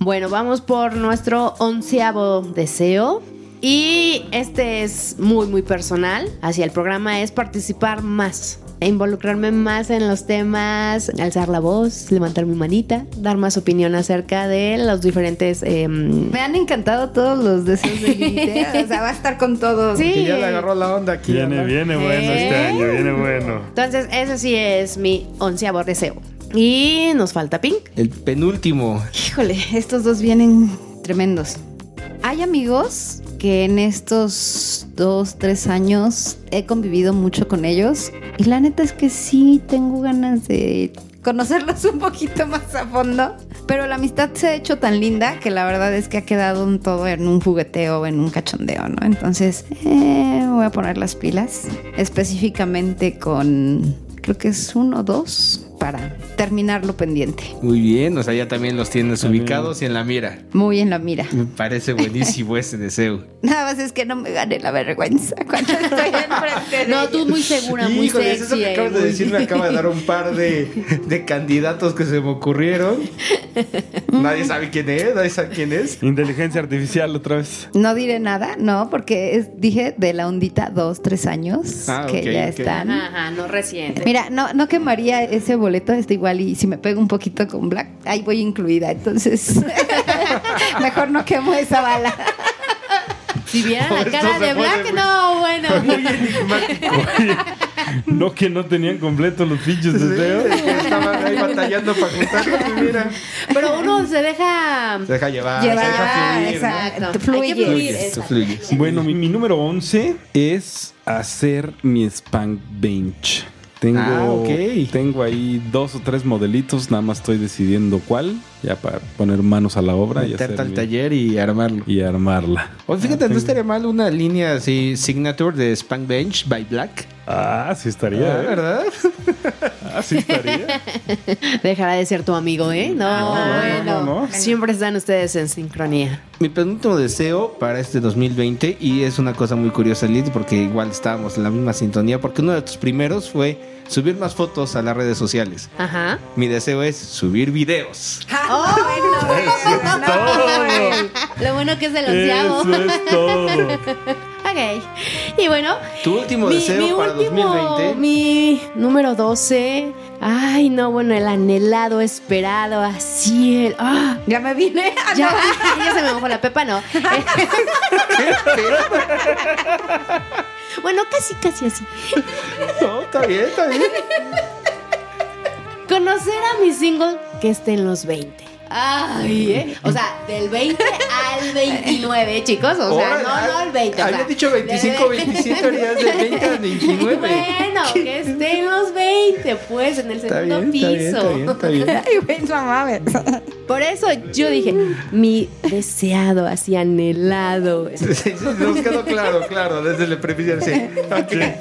Speaker 1: bueno, vamos por nuestro onceavo deseo. Y este es muy, muy personal hacia el programa, es participar más, e involucrarme más en los temas, alzar la voz, levantar mi manita, dar más opinión acerca de los diferentes... em,
Speaker 5: Me han encantado todos los deseos de Lilith. O sea, va a estar con todos.
Speaker 1: sí.
Speaker 4: la onda aquí.
Speaker 3: Viene, viene bueno este
Speaker 1: ¿Eh?
Speaker 3: año, viene bueno.
Speaker 1: Entonces, ese sí es mi onceavo deseo. Y nos falta Pink.
Speaker 4: El penúltimo.
Speaker 5: Híjole, estos dos vienen tremendos. Hay amigos que en estos dos, tres años he convivido mucho con ellos. Y la neta es que sí tengo ganas de conocerlos un poquito más a fondo. Pero la amistad se ha hecho tan linda que la verdad es que ha quedado en todo en un jugueteo, en un cachondeo, ¿no? Entonces, eh, voy a poner las pilas. Específicamente con, creo que es uno o dos, para terminarlo pendiente.
Speaker 4: Muy bien, o sea, ya también los tienes ubicados y en la mira.
Speaker 5: Muy en la mira.
Speaker 4: Me parece buenísimo ese deseo.
Speaker 5: Nada más es que no me gane la vergüenza cuando estoy enfrente de
Speaker 1: No, tú
Speaker 5: ellos.
Speaker 1: muy segura, muy
Speaker 4: Híjole,
Speaker 1: sexy.
Speaker 4: eso que
Speaker 1: eh,
Speaker 4: acabas de
Speaker 1: muy-
Speaker 4: decir me acaba de dar un par de, de candidatos que se me ocurrieron. Nadie sabe quién es, nadie sabe quién es.
Speaker 3: Inteligencia artificial otra vez.
Speaker 5: No diré nada, no, porque es- dije de la ondita dos, tres años
Speaker 4: Ah,
Speaker 5: que
Speaker 4: ok,
Speaker 5: ya
Speaker 4: ok.
Speaker 5: están.
Speaker 1: Ajá, ajá, no recién.
Speaker 5: Mira, no, no quemaría ese boleto, está igual y si me pego un poquito con Black, ahí voy incluida, entonces mejor no quemo esa bala.
Speaker 1: Si vieran la
Speaker 4: Esto
Speaker 1: cara
Speaker 4: se
Speaker 1: de
Speaker 4: pone
Speaker 1: Black, no, bueno.
Speaker 4: Muy enigmático.
Speaker 3: No que no tenían completos los pinches
Speaker 4: Sí,
Speaker 3: deseos.
Speaker 4: Estaban ahí batallando para juntarlos y mira.
Speaker 1: Pero uno se deja. Ah,
Speaker 4: Se deja llevar, se deja
Speaker 5: Llevar,
Speaker 4: fluir. ¿no?
Speaker 5: exacto.
Speaker 1: Hay que
Speaker 5: Fluye.
Speaker 1: fluir,
Speaker 4: Fluyes, tú
Speaker 1: exacto.
Speaker 4: fluyes.
Speaker 3: Bueno, mi, mi número 11 es hacer mi spank bench. Tengo,
Speaker 4: Ah, ok.
Speaker 3: tengo ahí dos o tres modelitos, nada más estoy decidiendo cuál, ya para poner manos a la obra y,
Speaker 4: Meterte
Speaker 3: hacer
Speaker 4: al
Speaker 3: mi-
Speaker 4: taller y armarlo.
Speaker 3: y armarla.
Speaker 4: O fíjate, no estaría mal una línea así, signature de Spank Bench by Black.
Speaker 3: Ah, sí estaría,
Speaker 4: Ah,
Speaker 3: ¿eh?
Speaker 4: ¿Verdad?
Speaker 3: Ah, sí estaría.
Speaker 1: Dejará de ser tu amigo, ¿eh? No,
Speaker 3: no, no,
Speaker 1: bueno.
Speaker 3: no, no.
Speaker 1: Siempre están ustedes en sincronía.
Speaker 4: Mi penúltimo deseo para este 2020, y es una cosa muy curiosa, Lid, porque igual estábamos en la misma sintonía, porque uno de tus primeros fue subir más fotos a las redes sociales.
Speaker 1: Ajá.
Speaker 4: Mi deseo es subir videos.
Speaker 1: ¡Oh! Lo bueno que es el onceavo.
Speaker 3: Eso es todo.
Speaker 1: Ok. Y bueno,
Speaker 4: Tu último deseo para 2020.
Speaker 1: mi número 12. Ay, no, bueno, el anhelado, esperado, así el. ¡Ah!
Speaker 5: Ya me vine.
Speaker 1: Ya, ya se me mojó la pepa, no. bueno, casi, casi así.
Speaker 4: No, está bien, está bien.
Speaker 1: Conocer a mi single que esté en los 20. Ay, ¿eh? O sea, del 20 al 29, chicos. O sea, no,
Speaker 4: Ahora,
Speaker 1: no al 20. o
Speaker 4: Había
Speaker 1: sea,
Speaker 4: dicho 25,
Speaker 1: de-
Speaker 4: 27, ahora ya es de 20 a 29.
Speaker 1: Bueno, que esté en los 20, pues, en el
Speaker 4: Está
Speaker 1: segundo
Speaker 4: bien,
Speaker 1: piso.
Speaker 4: está bien, está bien, está bien.
Speaker 5: Ay, güey, no mames.
Speaker 1: Por eso yo dije, mi deseado, así anhelado.
Speaker 4: Sí, sí, Nos quedó claro, claro, desde el preficio. Sí. Ok.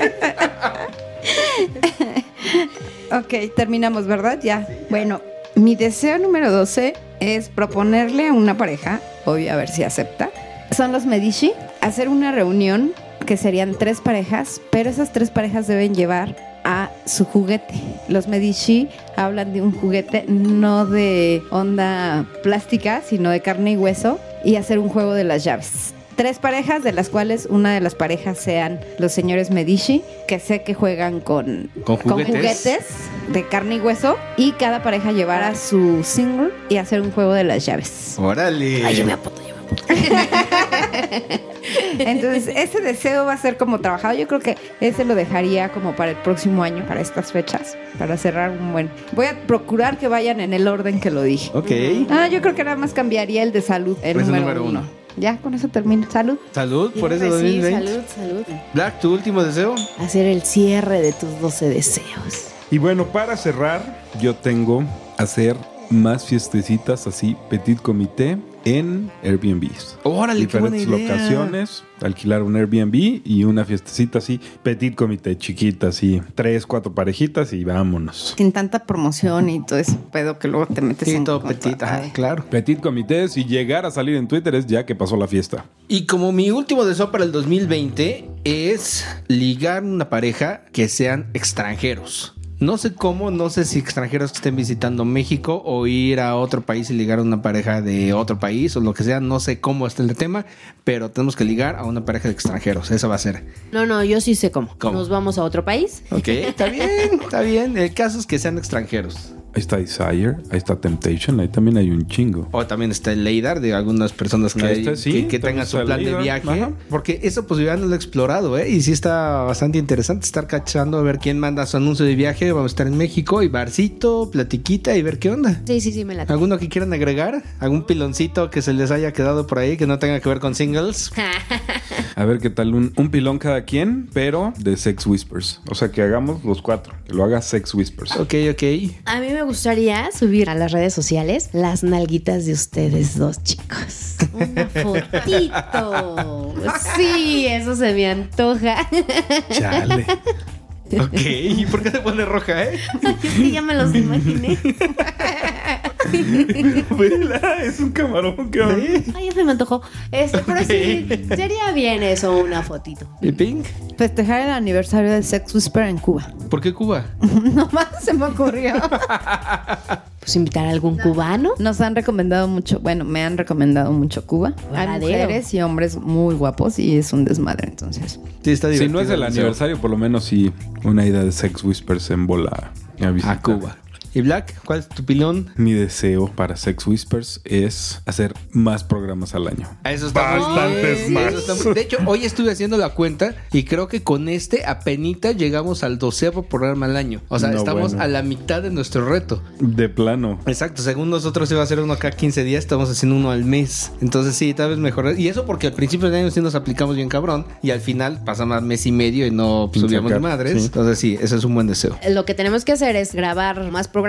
Speaker 5: Ok, terminamos, ¿verdad? Ya. Bueno, mi deseo número 12 es proponerle a una pareja, voy a ver si acepta, son los Medici, hacer una reunión que serían tres parejas, pero esas tres parejas deben llevar a su juguete. Los Medici hablan de un juguete no de onda plástica, sino de carne y hueso, y hacer un juego de las llaves. Tres parejas, de las cuales una de las parejas sean los señores Medici, que sé que juegan con,
Speaker 4: Con juguetes.
Speaker 5: de carne y hueso, y cada pareja llevara su single y hacer un juego de las llaves.
Speaker 4: Órale.
Speaker 5: Entonces, ese deseo va a ser como trabajado. Yo creo que ese lo dejaría como para el próximo año, para estas fechas, para cerrar un buen. Voy a procurar que vayan en el orden que lo dije.
Speaker 4: Ok.
Speaker 5: Ah, yo creo que nada más cambiaría el de salud, el
Speaker 4: Pues el
Speaker 5: número,
Speaker 4: número
Speaker 5: uno.
Speaker 4: uno.
Speaker 5: Ya, con eso termino. Salud.
Speaker 4: Salud por ese
Speaker 1: Pues sí,
Speaker 4: 2020.
Speaker 1: salud, salud.
Speaker 4: Black, tu último deseo.
Speaker 1: Hacer el cierre de tus 12 deseos.
Speaker 3: Y bueno, para cerrar, yo tengo hacer más fiestecitas así, petit comité, en Airbnbs.
Speaker 4: Órale, qué buena
Speaker 3: diferentes
Speaker 4: idea.
Speaker 3: locaciones, alquilar un Airbnb y una fiestecita así, petit comité, chiquita así, tres, cuatro parejitas y vámonos.
Speaker 5: Sin tanta promoción y todo ese pedo que luego te metes
Speaker 4: Sí,
Speaker 5: en
Speaker 4: todo
Speaker 5: con-
Speaker 4: petit, ajá,
Speaker 5: Ay.
Speaker 4: claro.
Speaker 3: Petit comité, si llegar a salir en Twitter es ya que pasó la fiesta.
Speaker 4: Y como mi último deseo para el 2020 es ligar una pareja que sean extranjeros. No sé cómo, no sé si extranjeros que estén visitando México o ir a otro país y ligar a una pareja de otro país o lo que sea, no sé cómo está el tema, pero tenemos que ligar a una pareja de extranjeros, eso va a ser.
Speaker 1: No, no, yo sí sé cómo.
Speaker 4: ¿Cómo?
Speaker 1: Nos vamos a otro país.
Speaker 4: Ok, está bien, está bien, el caso es que sean extranjeros.
Speaker 3: Ahí está Desire, ahí está Temptation, ahí también hay un chingo.
Speaker 4: O también está el LEIDAR de algunas personas que,
Speaker 3: Ahí está, sí,
Speaker 4: que- que
Speaker 3: también
Speaker 4: tengan
Speaker 3: está
Speaker 4: su
Speaker 3: el
Speaker 4: plan de
Speaker 3: LEIDAR,
Speaker 4: viaje.
Speaker 3: ajá.
Speaker 4: Porque esa posibilidad no la he explorado, ¿eh? Y sí está bastante interesante estar cachando a ver quién manda su anuncio de viaje. Vamos a estar en México y barcito, platiquita y ver qué onda.
Speaker 1: Sí, sí, sí, me la
Speaker 4: ¿Alguno que quieran agregar? ¿Algún piloncito que se les haya quedado por ahí que no tenga que ver con singles?
Speaker 3: A ver qué tal un, un pilón cada quien, pero de Sex Whispers. O sea, que hagamos los cuatro, que lo haga Sex Whispers.
Speaker 4: Ok, ok.
Speaker 1: A mí me gustaría subir a las redes sociales las nalguitas de ustedes dos, chicos. Una fotito. Sí, eso se me antoja.
Speaker 3: Chale.
Speaker 4: Ok, ¿y por qué te pone roja, eh?
Speaker 1: Es que ya me los imaginé.
Speaker 3: Vela, es un camarón que
Speaker 1: Ay, ya se me antojó. Este, pero sí, sería bien eso, una fotito.
Speaker 4: ¿Y Pink?
Speaker 5: Festejar el aniversario del Sex Whisper en Cuba.
Speaker 4: ¿Por qué Cuba?
Speaker 5: Nomás se me ocurrió.
Speaker 1: Pues invitar a algún cubano.
Speaker 5: Nos han recomendado mucho, bueno, me han recomendado mucho Cuba. Hay
Speaker 1: Verdadero.
Speaker 5: mujeres y hombres muy guapos y es un desmadre, entonces.
Speaker 4: Sí, está
Speaker 3: Si no es el
Speaker 4: deseo.
Speaker 3: aniversario, por lo menos sí una idea de Sex Whispers en bola a, visitar.
Speaker 4: A Ah, Cuba. ¿Y Black? ¿Cuál es tu pilón?
Speaker 3: Mi deseo para Sex Whispers es hacer más programas al año.
Speaker 4: A eso está muy
Speaker 7: Bastantes
Speaker 4: bien.
Speaker 7: más.
Speaker 4: Eso está muy- De hecho, hoy estuve haciendo la cuenta y creo que con este apenita llegamos al doceavo programa al año. O sea,
Speaker 3: No,
Speaker 4: estamos
Speaker 3: bueno.
Speaker 4: a la mitad de nuestro reto.
Speaker 3: De plano.
Speaker 4: Exacto, según nosotros iba a ser uno cada 15 días, estamos haciendo uno al mes. Entonces sí, tal vez mejorar. Y eso porque al principio de año sí nos aplicamos bien cabrón y al final pasa más mes y medio y no
Speaker 3: Sin
Speaker 4: subíamos
Speaker 3: sacar,
Speaker 4: madres.
Speaker 3: sí.
Speaker 4: Entonces sí, ese es un buen deseo.
Speaker 1: Lo que tenemos que hacer es grabar más programas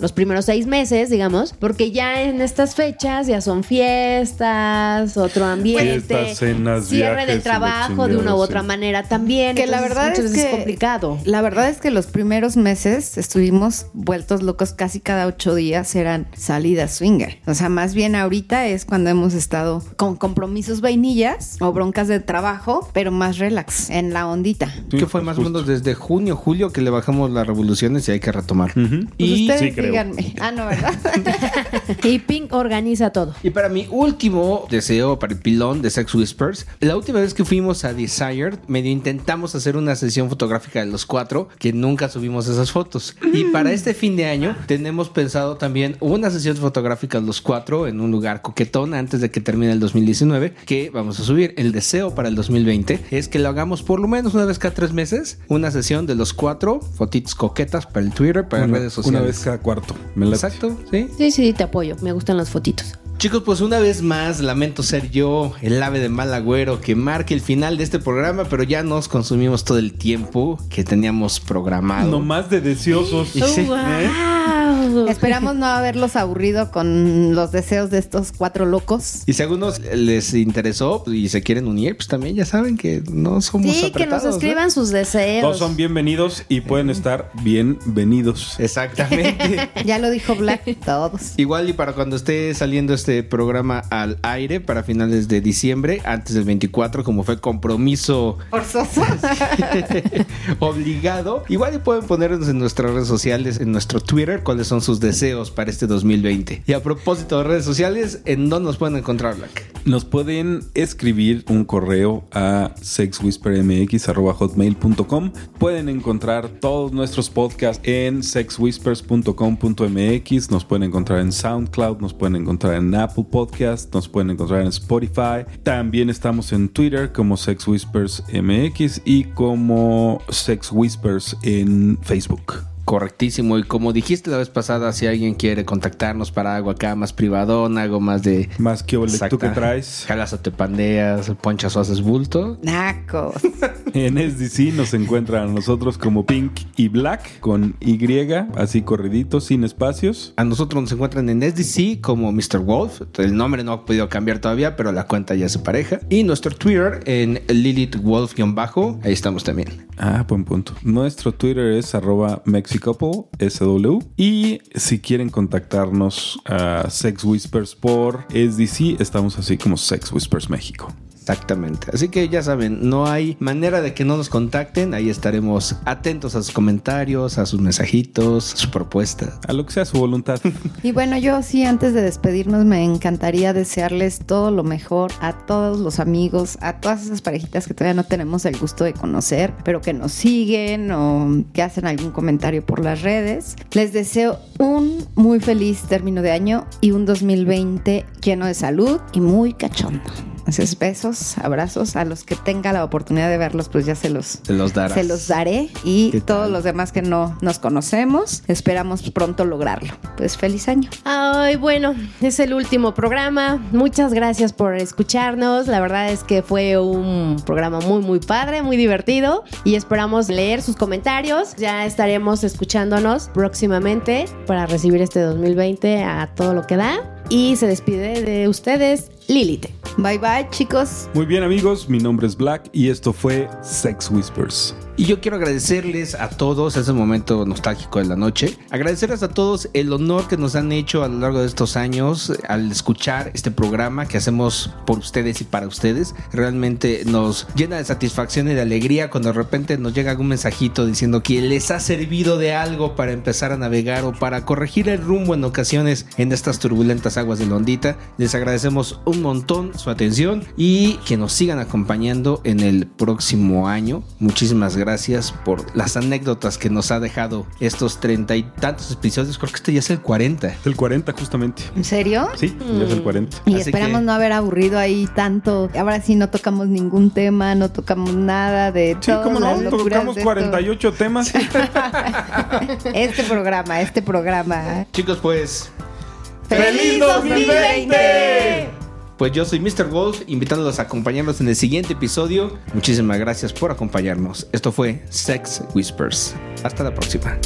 Speaker 1: los primeros seis meses, digamos, porque ya en estas fechas ya son fiestas, otro ambiente,
Speaker 7: Fiestas, cenas,
Speaker 1: cierre
Speaker 7: viajes y
Speaker 1: del
Speaker 7: la
Speaker 1: trabajo de
Speaker 7: chingada,
Speaker 1: una u
Speaker 7: sí.
Speaker 1: otra manera también.
Speaker 5: Que la
Speaker 1: Entonces,
Speaker 5: verdad
Speaker 1: muchas
Speaker 5: es
Speaker 1: veces
Speaker 5: que
Speaker 1: complicado.
Speaker 5: La verdad es que los primeros meses estuvimos vueltos locos, casi cada ocho días eran salidas swinger. O sea, más bien ahorita es cuando hemos estado con compromisos vainillas o broncas de trabajo, pero más relax, en la ondita.
Speaker 3: Sí,
Speaker 4: que fue más o
Speaker 3: justo.
Speaker 4: menos desde junio, julio que le bajamos las revoluciones y hay que retomar.
Speaker 5: Pues
Speaker 4: Y,
Speaker 5: ustedes
Speaker 7: sí creo.
Speaker 5: díganme. Ah, no, ¿verdad?
Speaker 1: Y Pink organiza todo.
Speaker 4: y para mi último deseo, para el pilón de Sex Whispers, la última vez que fuimos a Desired, medio intentamos hacer una sesión fotográfica de los cuatro, que nunca subimos esas fotos. Y para este fin de año tenemos pensado también una sesión fotográfica de los cuatro en un lugar coquetón antes de que termine el 2019, que vamos a subir. El deseo para el 2020 es que lo hagamos por lo menos una vez cada tres meses, una sesión de los cuatro, fotitos coquetas para el Twitter, para
Speaker 3: Una,
Speaker 4: redes
Speaker 3: una
Speaker 4: sociales.
Speaker 3: vez cada cuarto. Me late.
Speaker 4: Exacto, sí.
Speaker 1: Sí, sí, te apoyo. Me gustan las fotitos.
Speaker 4: Chicos, pues una vez más lamento ser yo, el ave de mal agüero, que marque el final de este programa, pero ya nos consumimos todo el tiempo que teníamos programado.
Speaker 3: No más de deseosos.
Speaker 4: Y sí,
Speaker 1: ¡Wow!
Speaker 7: ¿eh?
Speaker 5: Esperamos no haberlos aburrido con los deseos de estos cuatro locos.
Speaker 4: Y si a algunos les interesó y se quieren unir, pues también ya saben que no somos
Speaker 1: Sí, que
Speaker 4: apretados,
Speaker 1: nos
Speaker 4: ¿no?
Speaker 1: escriban sus deseos.
Speaker 3: Todos son bienvenidos y
Speaker 4: Eh.
Speaker 3: pueden estar bienvenidos.
Speaker 4: Exactamente.
Speaker 5: Ya lo dijo Black, todos.
Speaker 4: Igual y para cuando esté saliendo este programa al aire para finales de diciembre, antes del 24, como fue compromiso
Speaker 5: Forzoso.
Speaker 4: obligado. Igual y pueden ponernos en nuestras redes sociales, en nuestro Twitter, cuáles son sus deseos para este 2020. Y a propósito de redes sociales, ¿en dónde nos pueden encontrar, Black?
Speaker 3: Nos pueden escribir un correo a sexwhispermx.hotmail.com. Pueden encontrar todos nuestros podcasts en sexwhispers.com.mx. Nos pueden encontrar en SoundCloud, nos pueden encontrar en Apple Podcast, nos pueden encontrar en Spotify. También estamos en Twitter como sexwhispersmx y como sexwhispers en Facebook.
Speaker 4: Correctísimo. Y como dijiste la vez pasada, si alguien quiere contactarnos para algo acá más privadón, algo más de...
Speaker 3: Más que ole, tú
Speaker 4: Exacto.
Speaker 3: que traes.
Speaker 4: Jalas o te pandeas, ponchas o haces bulto.
Speaker 5: Nacos.
Speaker 3: En SDC nos encuentran a nosotros como Pink y Black con Y, así corriditos, sin espacios.
Speaker 4: A nosotros nos encuentran en SDC como Mr. Wolf. El nombre no ha podido cambiar todavía, pero la cuenta ya se pareja. Y nuestro Twitter en Lilith Wolf-bajo. Ahí estamos también.
Speaker 3: Ah, buen punto. Nuestro Twitter es arroba Mexicouple, SW. Y si quieren contactarnos a Sex Whispers por SDC, estamos así como Sex Whispers México.
Speaker 4: Exactamente. Así que ya saben, no hay manera de que no nos contacten. Ahí estaremos atentos a sus comentarios, a sus mensajitos, su propuesta.
Speaker 3: A lo que sea su voluntad.
Speaker 5: Y bueno, yo sí, antes de despedirnos, me encantaría desearles todo lo mejor a todos los amigos, a todas esas parejitas que todavía no tenemos el gusto de conocer, pero que nos siguen o que hacen algún comentario por las redes. Les deseo un muy feliz término de año y un 2020 lleno de salud y muy cachondo. Entonces, besos, abrazos a los que tenga la oportunidad de verlos, pues ya se los
Speaker 4: Se los dará.
Speaker 5: se los daré y
Speaker 4: ¿Qué tal?
Speaker 5: todos los demás que no nos conocemos, esperamos pronto lograrlo. Pues feliz año.
Speaker 1: Ay, bueno, es el último programa. Muchas gracias por escucharnos. La verdad es que fue un programa muy, muy padre, muy divertido. Y esperamos leer sus comentarios. Ya estaremos escuchándonos próximamente para recibir este 2020 a todo lo que da. Y se despide de ustedes, Lilith.
Speaker 5: Bye bye, chicos.
Speaker 3: Muy bien, amigos. Mi nombre es Black y esto fue Sex Whispers.
Speaker 4: Y yo quiero agradecerles a todos ese momento nostálgico de la noche. Agradecerles a todos el honor que nos han hecho a lo largo de estos años eh, al escuchar este programa que hacemos por ustedes y para ustedes. Realmente nos llena de satisfacción y de alegría cuando de repente nos llega algún mensajito diciendo que les ha servido de algo para empezar a navegar o para corregir el rumbo en ocasiones en estas turbulentas aguas de Londita. Les agradecemos un montón su atención y que nos sigan acompañando en el próximo año. Muchísimas gracias gracias por las anécdotas que nos ha dejado estos treinta y tantos episodios. Creo que este ya es el 40.
Speaker 3: Es el 40 justamente.
Speaker 5: ¿En serio?
Speaker 3: Sí, ya es el 40.
Speaker 5: Y
Speaker 4: Así
Speaker 5: esperamos
Speaker 4: que-
Speaker 5: no haber aburrido ahí tanto. Ahora sí no tocamos ningún tema, no tocamos nada de
Speaker 3: Sí,
Speaker 5: todas
Speaker 3: como
Speaker 5: las
Speaker 3: no,
Speaker 5: locuras
Speaker 3: tocamos
Speaker 5: de esto.
Speaker 3: 48 temas.
Speaker 5: Este programa, este programa.
Speaker 4: Chicos, pues,
Speaker 3: ¡Feliz 2020!
Speaker 4: pues yo soy Mr. Wolf, invitándolos a acompañarnos en el siguiente episodio. Muchísimas gracias por acompañarnos. Esto fue Sex Whispers. Hasta la próxima.